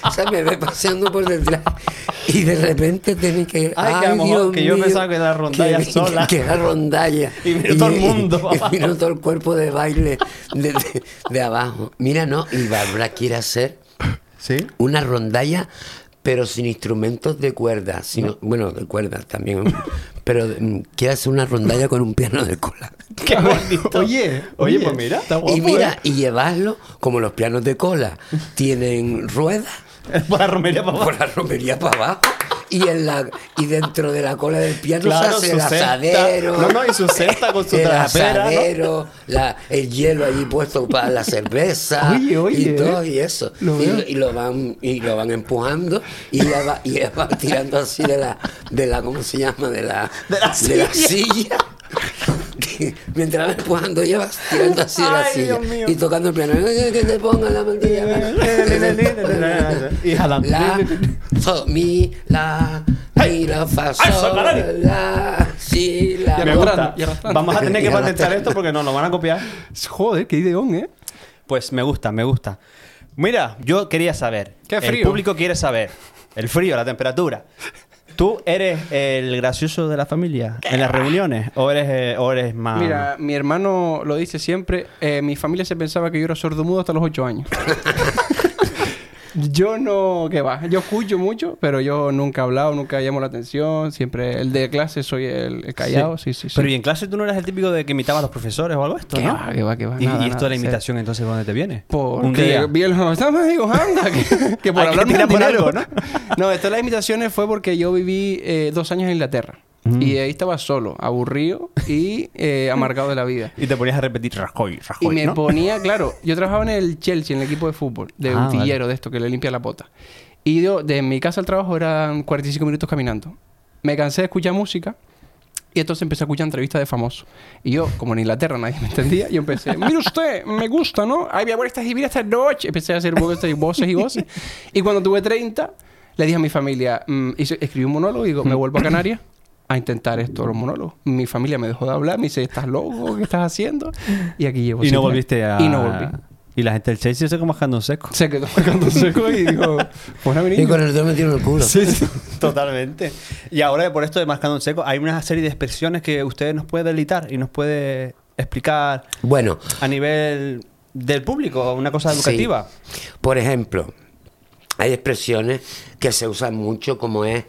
O sea, me ve paseando por detrás y de repente tiene que...
Ay, que a lo mejor- que yo pensaba que era rondalla
que-
sola.
Que, era rondalla.
Y vino todo el mundo,
Y,
papá.
vino todo el cuerpo de baile de, de- de abajo. Mira, no, y Barbara quiere hacer
Sí.
una rondalla, pero sin instrumentos de cuerda. Sino, bueno, de cuerda también. Pero mm, quiere hacer una rondalla con un piano de cola.
Qué bonito.
Oye,
oye,
oye.
pues mira. Está guapo.
Y mira, y llevarlo como los pianos de cola. Tienen ruedas
¿eh? Por la romería, papá.
por la romería para abajo. Y, en la, y dentro de la cola del piano
Claro,
se hace
su
el
cesta.
asadero.
No, no, y su cesta con su
el
trapera, ¿no?
asadero, la- el hielo allí puesto para la cerveza.
Oye, oye,
Y todo
¿eh?
y eso.
Lo
y,
veo.
lo- y lo van, y lo van empujando y ella va, y ella va tirando así de la, de la, ¿cómo se llama? De la,
De la
silla. que mientras vas empujando llevas tirando así de la
Ay,
silla
Dios mío.
y tocando el piano. "Eh, Que te pongan la mantilla.
Y jalando.
La, so, mi, la, mi, la, fa,
¡Ay,
sol,
Solari!
la, si, la.
Me
arrastrando,
gusta.
y arrastrando.
Vamos a tener
Y
que
arrastrando.
patentar esto porque nos lo van a copiar.
Joder, qué ideón, ¿eh?
Pues me gusta, me gusta. Mira, yo quería saber.
Qué
El
frío.
público quiere saber. El frío, la temperatura. ¿Tú eres el gracioso de la familia en las reuniones? ¿O eres, eh, o eres más.?
Mira, mi hermano lo dice siempre. eh, mi familia se pensaba que yo era sordomudo hasta los 8 años. yo no, ¿qué va? Yo escucho mucho, pero yo nunca he hablado, nunca llamo la atención. Siempre el de clase soy el, el callado. Sí, sí, sí.
Pero y en clase tú no eras el típico de que imitaba a los profesores o algo esto,
¿Qué
¿no?
va, qué va, qué va?
Y,
Nada,
y esto de
nada,
la
sí.
imitación, entonces, ¿dónde te viene?
Porque
Un día.
vi el "Estamos amigos, anda", que, que por
Hay que
hablar me
tirar
dan
por
dinero.
algo, ¿no?
No, esto de las imitaciones fue porque yo viví eh, dos años en Inglaterra.
Mm.
Y ahí estaba solo, aburrido y eh, amargado de la vida.
Y te ponías a repetir Rajoy,
Y
Rajoy.
me
¿no?
ponía, claro, yo trabajaba en el Chelsea, en el equipo de fútbol, de
Ah,
utillero de esto, que le limpia la bota. Y yo, de mi casa al trabajo eran 45 minutos caminando. Me cansé de escuchar música y entonces empecé a escuchar entrevistas de famosos. Y yo, como en Inglaterra nadie me entendía, yo empecé, mire usted, me gusta, ¿no? Ay, voy a ver estas y mira esta noche. Empecé a hacer voces y voces y voces. Y cuando tuve 30, le dije a mi familia, mm, hice- escribí un monólogo y digo, me vuelvo a Canarias a intentar esto, los monólogos. Mi familia me dejó de hablar, me dice, ¿estás loco? ¿Qué estás haciendo? Y aquí llevo.
Y
siete
no
años.
volviste a.
Y no volví.
Y la gente del Chelsea se como bajando seco.
Se quedó marcando seco y dijo, pues no
Y
venir.
con el dedo metido en el culo.
Totalmente. Y ahora, por esto de Marcando en Seco, hay una serie de expresiones que ustedes nos pueden delitar y nos puede explicar
Bueno,
a nivel del público, una cosa educativa.
Sí. Por ejemplo, hay expresiones que se usan mucho como es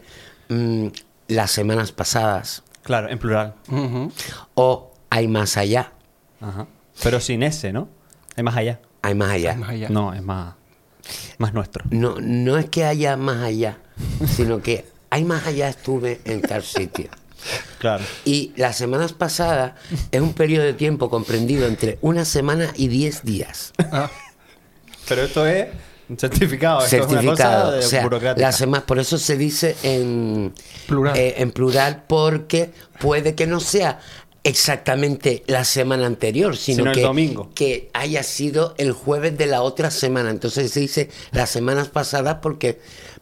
mm, las semanas pasadas
Claro, en plural.
Ujú.
o hay más allá,
Ajá. Pero sin ese, ¿no? Es más allá.
hay más allá.
Más allá.
No, es más, más nuestro.
No, no es que haya más allá, sino que hay más allá estuve en tal sitio.
Claro.
Y las semanas pasadas es un periodo de tiempo comprendido entre una semana y 10 días.
Pero esto es un certificado. esto
certificado.
es una cosa de
o sea,
burocrática.
las demás, por eso se dice en
Plural.
eh, en plural, porque puede que no sea exactamente la semana anterior, sino,
Sino el
que,
domingo.
que haya sido el jueves de la otra semana. Entonces se dice las semanas pasadas porque...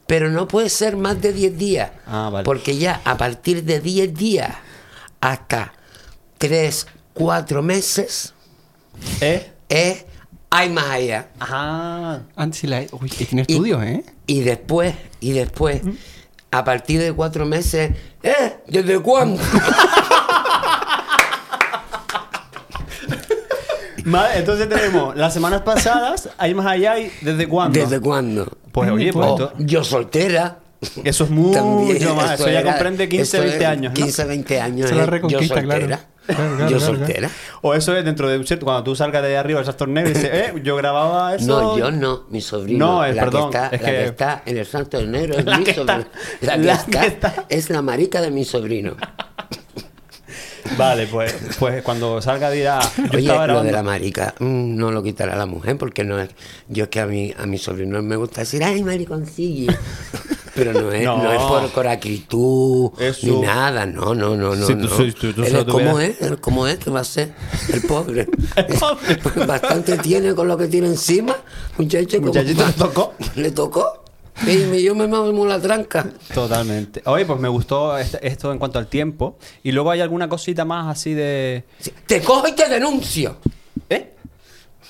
Pero no puede ser más de 10 días,
Ah, vale.
porque ya a partir de 10 días hasta 3, 4 meses
¿Eh?
es... Hay más allá.
Ajá.
Antes sí la... Uy, que tiene estudios, ¿eh?
Y después, y después, a partir de cuatro meses, ¿eh? ¿Desde cuándo?
Vale, entonces tenemos las semanas pasadas, hay más allá y desde cuándo.
¿Desde cuándo?
Pues oye, pues
O
esto-
yo soltera.
Eso es mucho más. Eso, ya
era-
comprende
eso
15,
era
20 años. ¿no?
15, 20 años.
Se la
eh, yo
reconquista, claro.
soltera.
Claro, claro,
yo
claro, claro.
soltera.
O eso es dentro de un cierto. Cuando tú salgas de ahí arriba del Sastor Negro y dices, eh, yo grababa eso.
No, yo no, mi sobrino.
No, eh,
la
perdón,
Que está,
es
la
que-
que está en el Santo del Negro es
La
mi
que está-
sobrino. la que,
la
está,
que está-
es la marica de mi sobrino.
Vale, pues, pues cuando salga dirá, "Ah, yo
Oye,
estaba
lo
grabando.
de la marica mm, no lo quitará la mujer porque no es. Yo es que a mi, a mi sobrino me gusta decir, ay, mariconcillo. Pero no es, no.
No.
es por, por actitud
Eso.
ni nada, no, no, no, no.
Sí, tú
no.
soy- tú- tú
Él
solo
es
te
como
hubieras-
es, él como es que va a ser el pobre. Pues
pobre.
Bastante tiene con lo que tiene encima. Muchacho, como-
Muchachito, le tocó.
Le tocó. Y yo me mamo la tranca.
Totalmente. Oye, pues me gustó este- esto en cuanto al tiempo. Y luego hay alguna cosita más así de.
Sí, Te cojo y te denuncio.
¿Eh?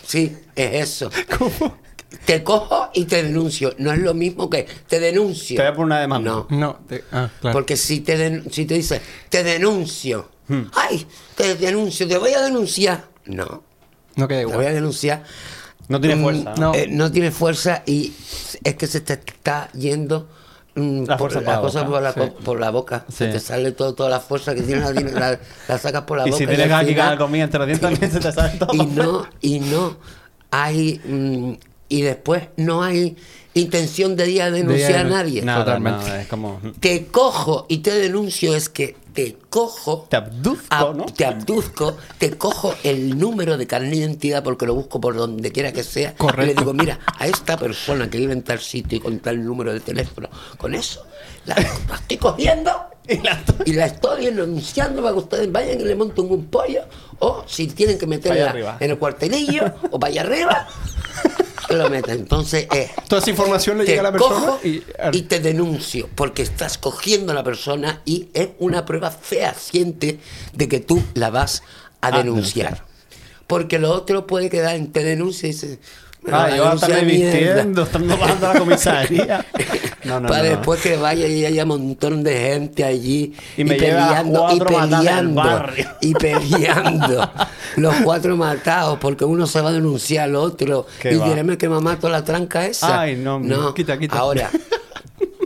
Sí, es eso. Te cojo y te denuncio. No es lo mismo que te denuncio.
Te voy a poner una demanda. Mm.
No.
No. te- Ah, claro.
Porque si te, den- si te dice, te denuncio.
Mm.
Ay, te denuncio, te voy a denunciar. No,
No queda
te
igual.
voy a denunciar.
No tiene
Mm,
fuerza. ¿no?
no.
eh, no tiene fuerza y es que se te está yendo mm,
La fuerza por la
cosa
boca,
por la,
sí.
co- por la boca. Se
Sí.
te sale todo, toda la fuerza que tienes, la, tienes- la- la sacas por la
Y
boca.
si tienes
al
que
final-
algo comida entre los dientes también se te sale todo.
y no y no hay mm, y después no hay intención de día de denunciar a
denun-
nadie
Nada,
Totalmente.
nada, es como. mm,
te cojo y te denuncio es que te cojo
Te abduzco,
ab-
¿no?
ah, te abduzco te cojo el número de carnet de identidad porque lo busco por donde quiera que sea
Correcto.
y le digo mira a esta persona que vive en tal sitio y con tal número de teléfono con eso la, la estoy cogiendo
Y la to-
Y la estoy anunciando para que ustedes vayan y le monten un pollo. O si tienen que
allá
meterla
arriba.
en el cuartelillo o para allá arriba, lo meten. Entonces es.
Toda esa información le
te
llega a la persona
cojo
y-
y, te denuncio porque estás cogiendo a la persona y es una prueba fehaciente de que tú la vas a
Ah,
denunciar. Porque lo otro puede quedar en te denuncia y dices.
Ah,
"Me
yo hasta me
denuncia mierda".
vistiendo, estando bajando a la comisaría. No, no,
para
no.
después que vaya y haya un montón de gente allí
Y me lleva
y
cuatro matadas del
peleando
barrio.
y peleando los cuatro matados porque uno se va a denunciar al otro
Qué
y
va.
direme que me mato la tranca esa
Ay, no,
quita, quita.
ahora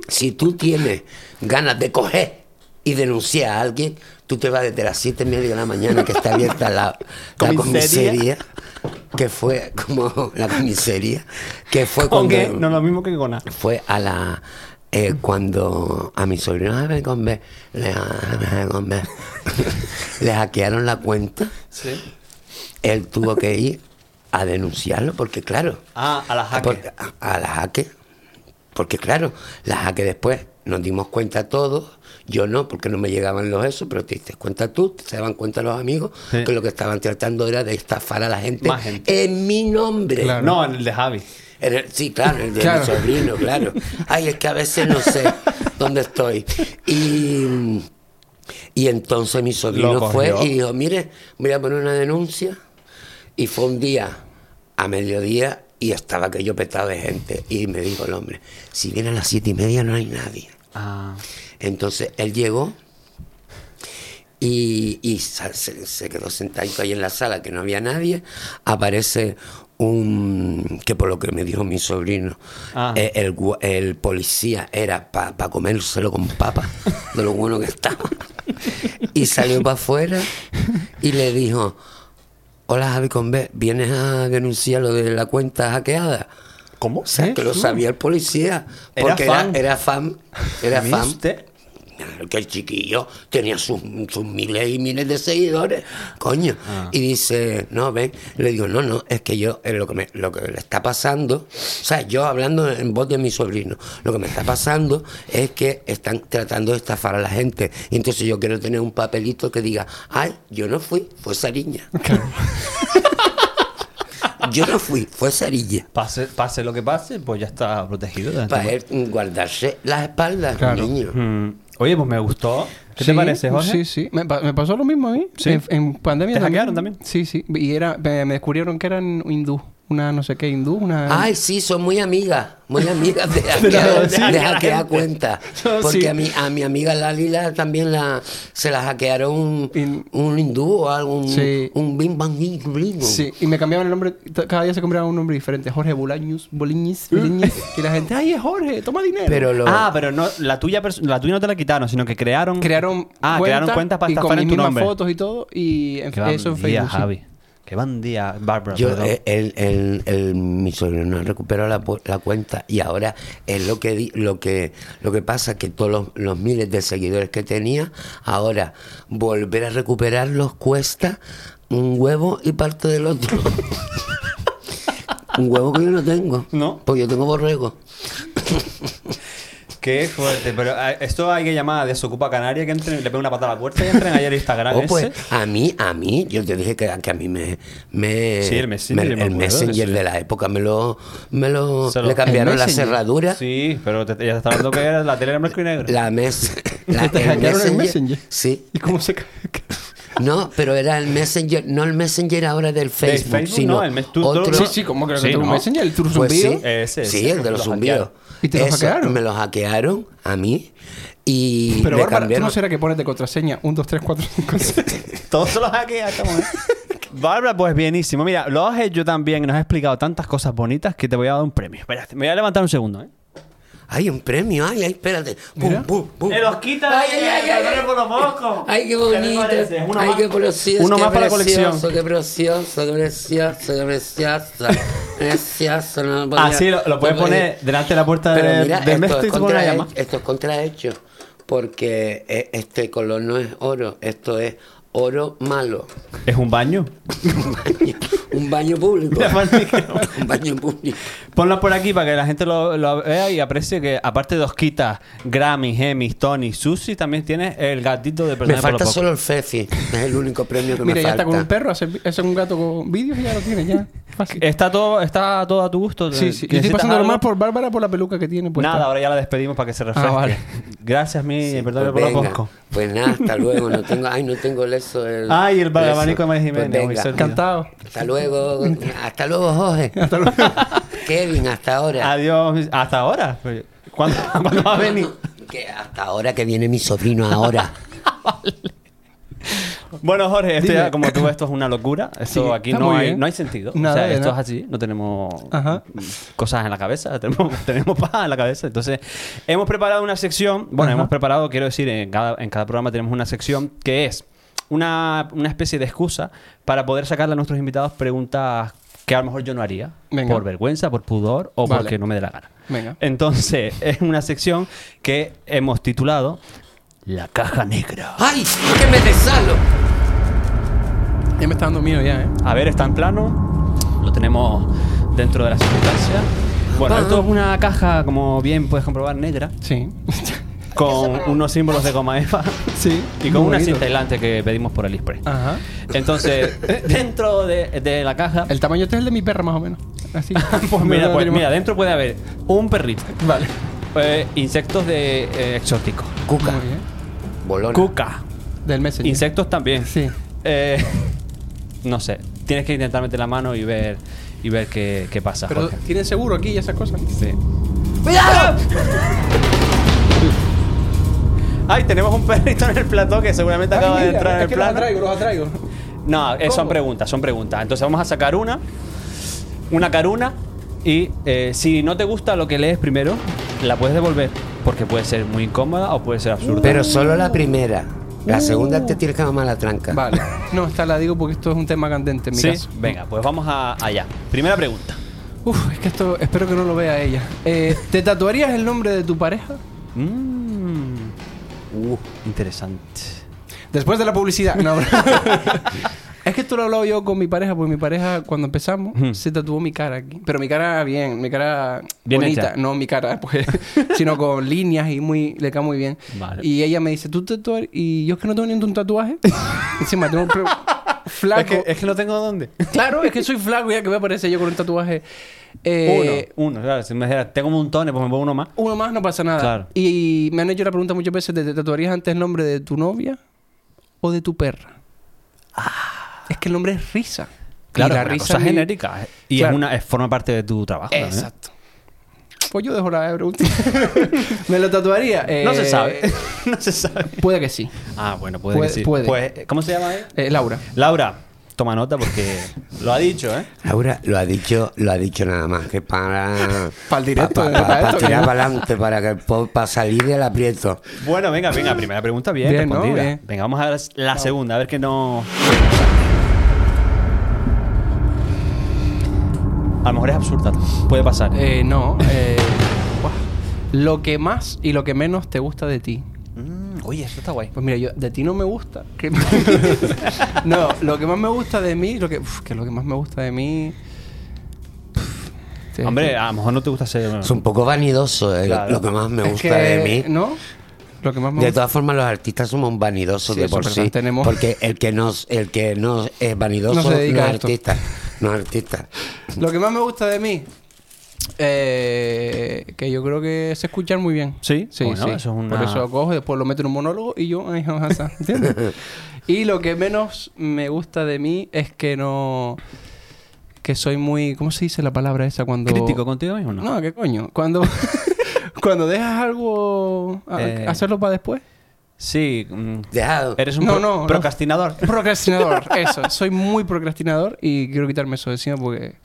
si tú tienes ganas de coger y denunciar a alguien tú te vas desde las siete y media de la mañana que está abierta la, la
Comisaría.
comisaría que fue como la comisaría que fue
Con
cuando
que- no lo mismo que con A.
fue a la eh, cuando a mis sobrinos de Becombe le, le hackearon la cuenta,
Sí.
él tuvo que ir a denunciarlo porque claro,
Ah, a la jaque.
porque- a, a la jaque, porque claro, la jaque después nos dimos cuenta todos, yo no porque no me llegaban los eso, pero te diste cuenta tú, se daban cuenta los amigos
Sí.
que lo que estaban tratando era de estafar a la gente,
Más gente.
en mi nombre.
Claro.
No, en el de Javi.
En el- sí, claro, el de
Claro.
mi sobrino, claro. Ay, es que a veces no sé dónde estoy. Y, y entonces mi
Lo
sobrino fue
cogió.
y dijo, mire, voy a poner una denuncia. Y fue un día, a mediodía, y estaba que yo petado de gente. Y me dijo el hombre, si viene a las siete y media no hay nadie.
Ah.
Entonces él llegó y, y sa- se, se quedó sentadito ahí en la sala, que no había nadie. Aparece un. que por lo que me dijo mi sobrino,
Ah.
eh, el, gua- el policía era para comérselo con papa, de lo bueno que estaba. Y salió para afuera y le dijo: Hola Javi Convé, ¿vienes a denunciar lo de la cuenta hackeada?
¿Cómo?
O sea, que lo sabía el policía,
Era
porque era
fan.
era fan, era fan.
¿Viste?
Claro, que el chiquillo tenía sus, sus miles y miles de seguidores, coño. Y dice, no, ven, le digo, no, no, es que yo, eh, lo, que me- lo que le está pasando, o sea, yo hablando en voz de mi sobrino, lo que me está pasando es que están tratando de estafar a la gente. Y entonces yo quiero tener un papelito que diga, ay, yo no fui, fue Sarilla. yo no fui, fue Sarilla.
Pase, pase lo que pase, pues ya está protegido. durante
Para él guardarse las espaldas,
Claro.
niño.
Ah, Mm, Oye, pues me gustó. ¿Qué te
Sí, pues
parece, Jorge?
Sí, sí. Me, pa- me pasó lo mismo a mí.
Sí.
En, en pandemia
¿Te hackearon también?
Sí, sí. Y era, me, me descubrieron que eran hindú. Una no sé qué hindú, una...
Ay, sí, son muy amigas, muy amigas de
la-
hackear,
de
de
hackear
hackear
gente.
cuenta.
No,
Porque
sí.
a, mi, a mi amiga Lalila también la, se la hackearon un,
In-
un hindú o algo, un,
Sí.
un bim bam bim, bim.
Sí, y me cambiaban el nombre, t- cada día se cambiaba un nombre diferente. Jorge Bolaños, Boliñez, Boliñez. Y la gente, ah, ay, es Jorge, toma dinero.
Pero lo,
Ah, pero no, la tuya perso- la tuya no te la quitaron, sino que crearon
crearon
Ah, crearon cuentas para
y con
estafar
mis
en tu
mismas
nombre.
fotos y todo, y en-
Qué buen
eso en
día,
Facebook. sí.
Javi. Qué buen día, Bárbara.
yo,
perdón.
eh, el, el, el- mi sobrino recuperó la, pu- la cuenta y ahora es lo que, di- lo que, lo que pasa, que todos los, los miles de seguidores que tenía, ahora volver a recuperarlos cuesta un huevo y parte del otro. Un huevo que yo no tengo.
No.
Pues yo tengo borrego.
Qué fuerte. Pero eh, esto hay que llamar a Desocupa Canaria, que entren, le pegue una patada a la puerta y entren ayer en Instagram.
Oh, pues,
ese.
a mí, a mí, yo te dije que, que a mí me. me
Sí, el Messenger,
me-
me
el
acuerdo,
Messenger
sí.
de la época me lo. Me lo,
Se lo-
le cambiaron
el
la
Messenger.
cerradura.
Sí, pero te, ya te está hablando que era la tele era blanco y negro.
La mes. la-
¿Te hackearon el Messenger?
Sí.
¿Y cómo se ca-
No, pero era el Messenger, no el Messenger ahora del Facebook,
Facebook,
sino
no, el mes- tú- tú-
otro.
Sí, sí, como que lo
Sí,
que tú
¿no?
me enseñas, el tour
Pues sí,
zumbido.
Ese,
sí,
ese,
el de los
lo
zumbidos.
hackearon.
¿Y te lo
Eso,
hackearon?
Me lo hackearon a mí y
Pero
le
Bárbara, ¿tú no
cambiaron.
será que pones de contraseña 1, 2, 3, 4, 5, 6?
Todos se los hackea esta mujer. Bárbara, pues bienísimo. Mira, lo has hecho también y nos has explicado tantas cosas bonitas que te voy a dar un premio. Espérate, me voy a levantar un segundo, ¿eh?
Ay, un premio, ay, ay, espérate. Pum,
Mira.
pum, pum.
¡Me los quita la
Ay, ay, ay, ay, ay.
por los mocos!
Ay, qué bonito.
Uno
Ay,
más.
qué precioso.
Uno
qué
más para la
precioso,
colección.
Qué precioso, qué precioso, qué precioso. precioso. No lo podía-
Así Ah, lo, lo
no
puedes
podía-
poner delante de la puerta
Pero
de,
mira,
del
esto,
Mestre
es
y te pones a llamar.
contrahe- esto es contrahecho, porque eh, este color no es oro, esto es oro malo.
¿Es un baño?
Un baño, un baño público.
La mantica.
un baño público.
Ponlo por aquí para que la gente lo, lo vea y aprecie que aparte de Osquita, Grammy, Emmys, Tony, Susi, también tienes el gatito de
Me
Perdona por lo
falta
Pues Poco.
solo el Fefi. Es el único premio que
Mira,
me
ya
falta.
está con un perro, hace, hace un gato con vídeos y ya lo tiene, ya. Fácil.
Está todo, está todo a tu gusto.
Sí, sí. Yo estoy
Eh, ¿Necesitas
pasando
algo?
normal por Bárbara por la peluca que tiene puesta.
Nada, ahora ya la despedimos para que se refresque.
Ah, vale.
Gracias, mi,
Sí, pues
perdón por lo
venga.
poco.
Pues nada, hasta luego. No tengo, ay, no tengo leso. El,
Ay, el
leso.
abanico de María Jiménez,
Pues
muy
venga.
cerca.
Encantado.
Hasta luego. Hasta luego, Jorge.
Hasta luego.
Kevin, hasta ahora.
Adiós. mis- Hasta ahora. ¿Cuándo, ¿cuándo va a venir?
Que hasta ahora que viene mi sobrino ahora.
Bueno, Jorge, esto
Dime.
ya, como tú, esto es una locura. Esto
Sí,
aquí
está
no
muy
hay,
bien.
no hay sentido.
Nada
o sea,
de
esto es
nada.
así. No tenemos
Ajá.
cosas en la cabeza. Tenemos, tenemos paja en la cabeza. Entonces, hemos preparado una sección. Bueno, hemos preparado, quiero decir, en cada, en cada programa tenemos una sección que es una, una especie de excusa para poder sacarle a nuestros invitados preguntas que a lo mejor yo no haría.
Venga.
Por vergüenza, por pudor o
Vale.
porque no me dé la gana.
Venga.
Entonces, es una sección que hemos titulado La caja negra.
¡Ay! ¡Que me desalo!
Ya me está dando miedo ya, ¿eh?
A ver, está en plano. Lo tenemos dentro de la circunstancia. Bueno, esto es una caja, como bien puedes comprobar, negra,
Sí.
con unos símbolos de goma eva
sí.
y con una
Muy bonito.
cinta aislante que pedimos por AliExpress.
Ajá.
Entonces, dentro de, de la caja,
El tamaño este es el de mi perra, más o menos. Así.
pues mira,
No
pues
tenemos-
mira, dentro puede haber un perrito,
Vale.
eh, insectos de eh, exóticos,
Cuca.
Muy bien.
Bolona.
cuca,
Del Messenger.
insectos también.
Sí.
Eh, no sé, tienes que intentar meter la mano y ver y ver qué, qué pasa.
Pero
Jorge.
tienen seguro aquí y esas cosas.
Sí.
¡Cuidado!
Ay, tenemos un perrito en el plató que seguramente acaba
Ay,
de
mira,
entrar en
es
el
que los atraigo,
plato.
los atraigo.
No, eh, son
¿Cómo?
preguntas, son preguntas. Entonces vamos a sacar una, una caruna y eh, si no te gusta lo que lees primero, la puedes devolver porque puede ser muy incómoda o puede ser absurda.
Pero solo la primera. La segunda te tienes que mamar la tranca.
Vale. No, esta la digo porque esto es un tema candente en mi
Sí,
caso.
venga, pues vamos a- allá. Primera pregunta.
Uf, es que esto espero que no lo vea ella. Eh, ¿Te tatuarías el nombre de tu pareja?
Mmm. interesante.
Después de la publicidad. No, bro. es que esto lo he hablado yo con mi pareja, porque mi pareja cuando empezamos
Ujú.
se tatuó mi cara aquí. Pero mi cara bien, mi cara
Bien
bonita,
hecha.
no mi cara, pues, sino con líneas y muy, le cae muy bien.
Vale.
Y ella me dice, ¿tú tatuar? Y yo es que no tengo ni un tatuaje. Encima tengo un pre- flaco.
Es que, es que no tengo dónde.
Claro, es que soy flaco, ya que voy a aparecer yo con un tatuaje. Eh,
uno, uno, claro. Si me dijeras, tengo montones, pues me pongo uno más.
Uno más no pasa nada.
Claro.
Y me han hecho la pregunta muchas veces, ¿te tatuarías antes el nombre de tu novia o de tu perra? Es que el nombre es risa.
Ah. Claro,
y la
una
risa
cosa
a mí-
genérica. eh, Y
Claro.
es una, es- forma parte de tu trabajo. también.
Exacto. Pues yo dejo la pregunta. ¿Me lo tatuaría? Eh,
No se sabe. no se sabe.
Puede que sí.
Ah, bueno, puede,
Puede-
que sí.
puede.
Pues, ¿Cómo se llama él?
Eh, Laura.
Laura, toma nota porque lo ha dicho, ¿eh?
Laura lo ha dicho, lo ha dicho nada más que para.
Para el directo,
Para
¿eh? Para esto,
tirar
¿no?
para adelante, para que el po- pa salir del aprieto.
Bueno, venga, venga, primera pregunta bien,
Bien, ¿no?
respondida.
Bien.
Venga, vamos a ver la segunda, a ver que no. A lo mejor es absurda, puede pasar.
Eh, no. eh, buah. lo que más y lo que menos te gusta de ti.
Mm, oye, esto está guay.
Pues mira, yo de ti no me gusta. que- no, lo que más me gusta de mí, lo que, uf, que lo que más me gusta de mí. pf, sí,
Hombre,
es
a lo mejor no te gusta ser.
Es un poco vanidoso, eh,
Claro.
lo que más me
que-
gusta
es que-
de mí.
¿No? Lo que más me
De
gusta.
todas formas, los artistas somos vanidosos
Sí,
de
eso
por
es verdad,
sí.
tenemos-
Porque el que, nos, el que no es vanidoso
No
no,
se dedica
es
a esto.
artista. No es artista.
Lo que más me gusta de mí. eh, que yo creo que es escuchar muy bien.
Sí,
sí,
bueno,
sí.
eso es una-
Por eso lo cojo, después lo meto en un monólogo y yo. ay, jajaja, ¿Entiendes? y lo que menos me gusta de mí es que no. Que soy muy. ¿Cómo se dice la palabra esa cuando.
¿Crítico contigo mismo? o No.
No, ¿qué coño? Cuando, cuando dejas algo, a-
Eh.
hacerlo para después.
Sí. mm,
Dejado.
Eres un
No,
pro-
no, no.
procrastinador.
Procrastinador, eso. Soy muy procrastinador y quiero quitarme eso de encima porque,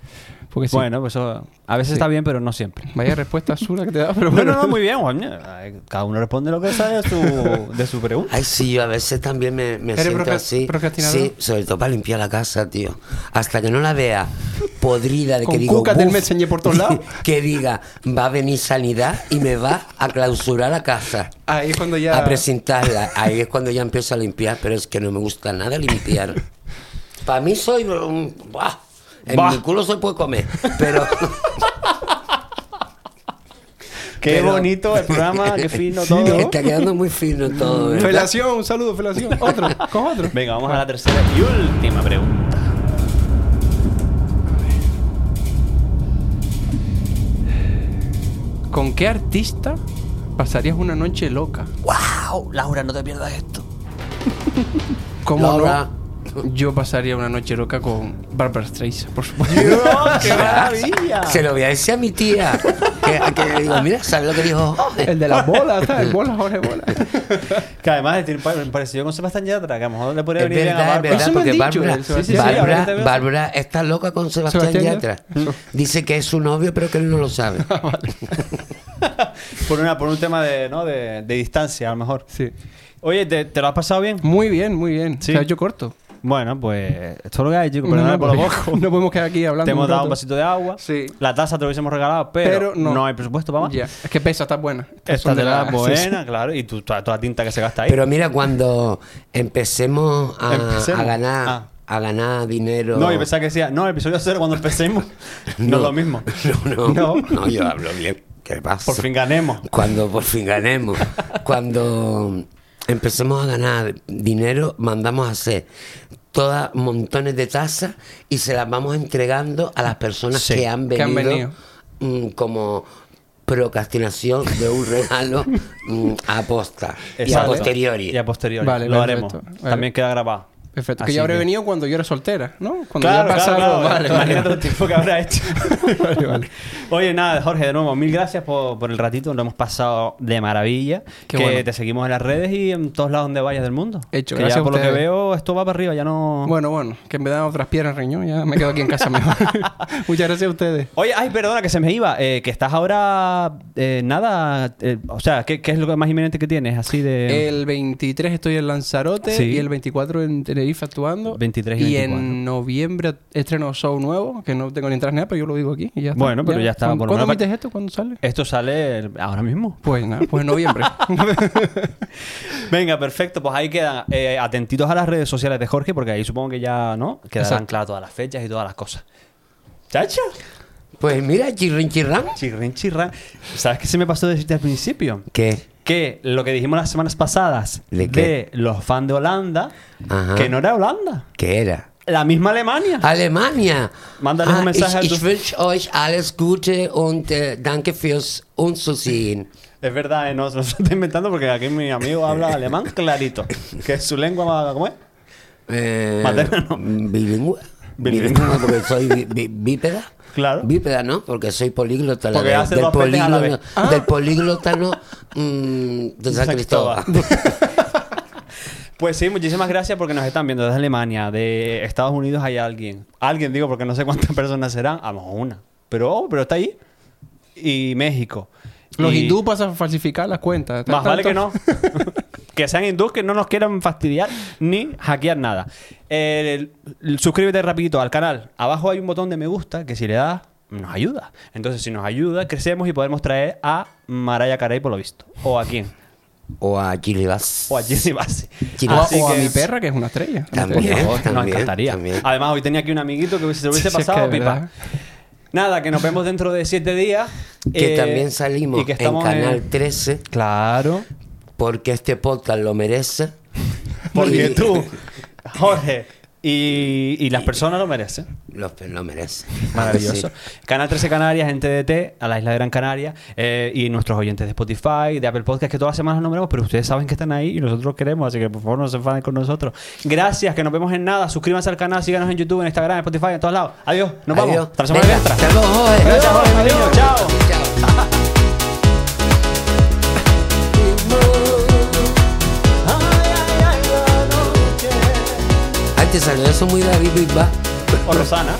Porque sí.
Bueno, pues eso a veces
Sí.
está bien, pero no siempre.
Vaya respuesta absurda que te da, pero
No,
bueno.
no, no, muy bien, Juan. Ay, Cada uno responde lo que sabe de su, de su pregunta.
Ay, sí, yo a veces también me, me
¿Eres
siento
proca-
así.
procrastinador?
Sí, sobre todo para limpiar la casa, tío. Hasta que no la vea podrida de
Con
que digo.
cucas del
"Buf",
Messenger por todos lados.
que diga, va a venir sanidad y me va a clausurar la casa.
Ahí es cuando ya.
A presentarla. Ahí es cuando ya empiezo a limpiar, pero es que no me gusta nada limpiar. Para mí soy. um, ¡buah! En
Bah.
mi culo se puede comer, pero.
Qué
pero-
bonito el programa, qué fino todo.
Está quedando muy fino todo. ¿verdad?
Felación, un saludo, felación. Otro, con otro.
Venga, vamos a la tercera y última pregunta.
¿Con qué artista pasarías una noche loca?
¡Wow! Laura, no te pierdas esto.
¿Cómo
Laura.
no? Yo pasaría una noche loca con Barbara Streisand, por supuesto.
¡Dios, ¡Oh, qué maravilla!
Se lo voy a decir a mi tía. Que, que le digo, mira, ¿sabes lo que dijo?
El Oh, de las bolas, ¿sabes? Bolas, Jorge, bolas.
Que además tiene un parecido con Sebastián Yatra, que a lo mejor le podría
Es
venir bien a
verdad, es
Bárbara.
verdad,
Eso me han
porque
dicho,
Bárbara,
el Sebastián.
Sí, sí, sí,
Bárbara,
ahorita veo.
Bárbara está loca con Sebastián,
Sebastián
Yatra. Dice que es su novio, pero que él no lo sabe.
Por, una, por un tema de, ¿no? de, de distancia, a lo mejor.
Sí.
Oye, ¿te, te lo has pasado bien?
Muy bien, muy bien.
Sí.
Se ha hecho corto.
Bueno, pues esto es lo que hay, chicos. Perdona por lo
porque
poco.
no podemos quedar aquí hablando.
Te hemos
un
dado
rato.
un vasito de agua.
Sí.
La taza te lo hubiésemos regalado, pero,
Pero no.
hay presupuesto para más.
Ya. Es que pesa, está buena. Estas
Esta
son
te
de
la
las-
das buena, claro. Y tú, toda, toda la tinta que se gasta ahí.
Pero mira, cuando empecemos a,
Empecemos.
a ganar
Ah.
a ganar dinero.
No, yo pensaba que decía, no, el episodio cero cuando empecemos. no. es lo mismo.
No, no.
No.
No, yo hablo bien. ¿Qué pasa?
Por fin ganemos.
Cuando por fin ganemos. cuando empecemos a ganar dinero, mandamos a hacer todas montones de tazas y se las vamos entregando a las personas
Sí,
que han
que han
venido,
venido.
mm, como procrastinación de un regalo mm, a posta y a
Exacto.
posteriori.
Y a posteriori.
Vale,
lo haremos.
perfecto. Vale.
También queda grabado.
Perfecto.
Así
que yo habré
que-
venido cuando yo era soltera, ¿no? Cuando
Claro,
ya
claro,
pasaba.
claro.
Vale, vale.
Imagínate el tiempo que habrá hecho.
Vale, vale.
Oye, nada, Jorge, de nuevo, mil gracias por, por el ratito. Lo hemos pasado de maravilla.
Qué
que
bueno.
te seguimos en las redes y en todos lados donde vayas del mundo.
Hecho,
que
gracias
ya
a
por lo que
ustedes.
veo, esto va para arriba, ya no.
Bueno, bueno, que me dan otras piedras en riñón, ya me quedo aquí en casa mejor. Muchas gracias a ustedes.
Oye, ay, perdona, que se me iba. Eh, que estás ahora. eh, nada. eh, o sea, ¿qué, qué es lo que más inminente que tienes? Así de.
Eh, El 23 estoy en Lanzarote
Sí.
y el 24 en Tenerife actuando.
23 y
en noviembre estreno show nuevo, que no tengo ni entradas ni nada, pero yo lo digo aquí y ya está.
Bueno, pero ya está,
¿Cuándo,
por lo
¿cuándo
menos-
emites esto? ¿Cuándo sale?
Esto sale el- ahora mismo.
Pues nada, pues en noviembre.
Venga, perfecto. Pues ahí quedan eh, atentitos a las redes sociales de Jorge, porque ahí supongo que ya, ¿no? Quedarán
Exacto.
claras todas las fechas y todas las cosas. ¿Chacho?
Pues mira, chirrin chirrán.
Chirrin, chirran. ¿Sabes qué se me pasó decirte al principio?
¿Qué?
Que lo que dijimos las semanas pasadas
¿De qué? Ah.
de los fans de Holanda,
Ajá.
que no era Holanda,
¿Qué era?
la misma Alemania.
Alemania. Ah,
Mándales un mensaje a
ich,
tu-
ich wünsche euch alles Gute und äh, danke fürs Unzusehen.
Es verdad, eh, no, se lo estoy inventando porque aquí mi amigo habla alemán clarito. Que es su lengua, va- ¿cómo es?
Eh,
Materna, no.
Bilingüe.
Bilingüe.
Bilingüe, no, porque soy bi- bi- bípeda.
Claro.
Bípeda, ¿no? Porque soy políglota. la
Porque
de-
hace
del,
dos peces a la
polígono-
vez. Ah.
del políglotano mm, de San Cristóbal.
Pues sí, muchísimas gracias porque nos están viendo desde Alemania, de Estados Unidos hay alguien. Alguien, digo, porque no sé cuántas personas serán, a lo mejor una. Pero, oh, pero está ahí. Y México.
Los
Y-
hindú pasan a falsificar las cuentas.
Más vale que no.
Tanto-
que sean hindús que no nos quieran fastidiar ni hackear nada. El- el- suscríbete rapidito al canal. Abajo hay un botón de me gusta que si le das nos ayuda. Entonces si nos ayuda crecemos y podemos traer a Maraya Carey por lo visto. O a quién.
O a Chile vas.
O a Jesse Bassi.
Chile
O, a-
Vas.
o a
que-
mi perra, que es una estrella.
También,
Por favor, que nos
también,
encantaría.
también.
Además hoy tenía aquí un amiguito que se lo hubiese
Sí, es que
pasado
de
pipa.
verdad.
Nada, que nos vemos dentro de siete días.
Que
eh,
también salimos
y que
en
estamos
Canal 13
Claro.
porque este podcast lo merece.
Porque
Y-
tú, Jorge, y, y las personas lo merecen.
Lo, lo merece.
Maravilloso.
Sí.
Canal 13 Canarias, en TDT, a la isla de Gran Canaria, eh, y nuestros oyentes de Spotify, de Apple Podcast, que todas las semanas nombramos, pero ustedes saben que están ahí y nosotros los queremos, así que por favor no se enfaden con nosotros. Gracias, que nos vemos en nada. Suscríbanse al canal, síganos en YouTube, en Instagram, en Spotify, en todos lados. Adiós, nos vamos.
Adiós.
Hasta la semana que
Venga,
entra.
hasta luego, Jorge.
Gracias, Jorge. Adiós. Chao.
Chao. Antes salió eso muy David Bisbal.
O Rosana.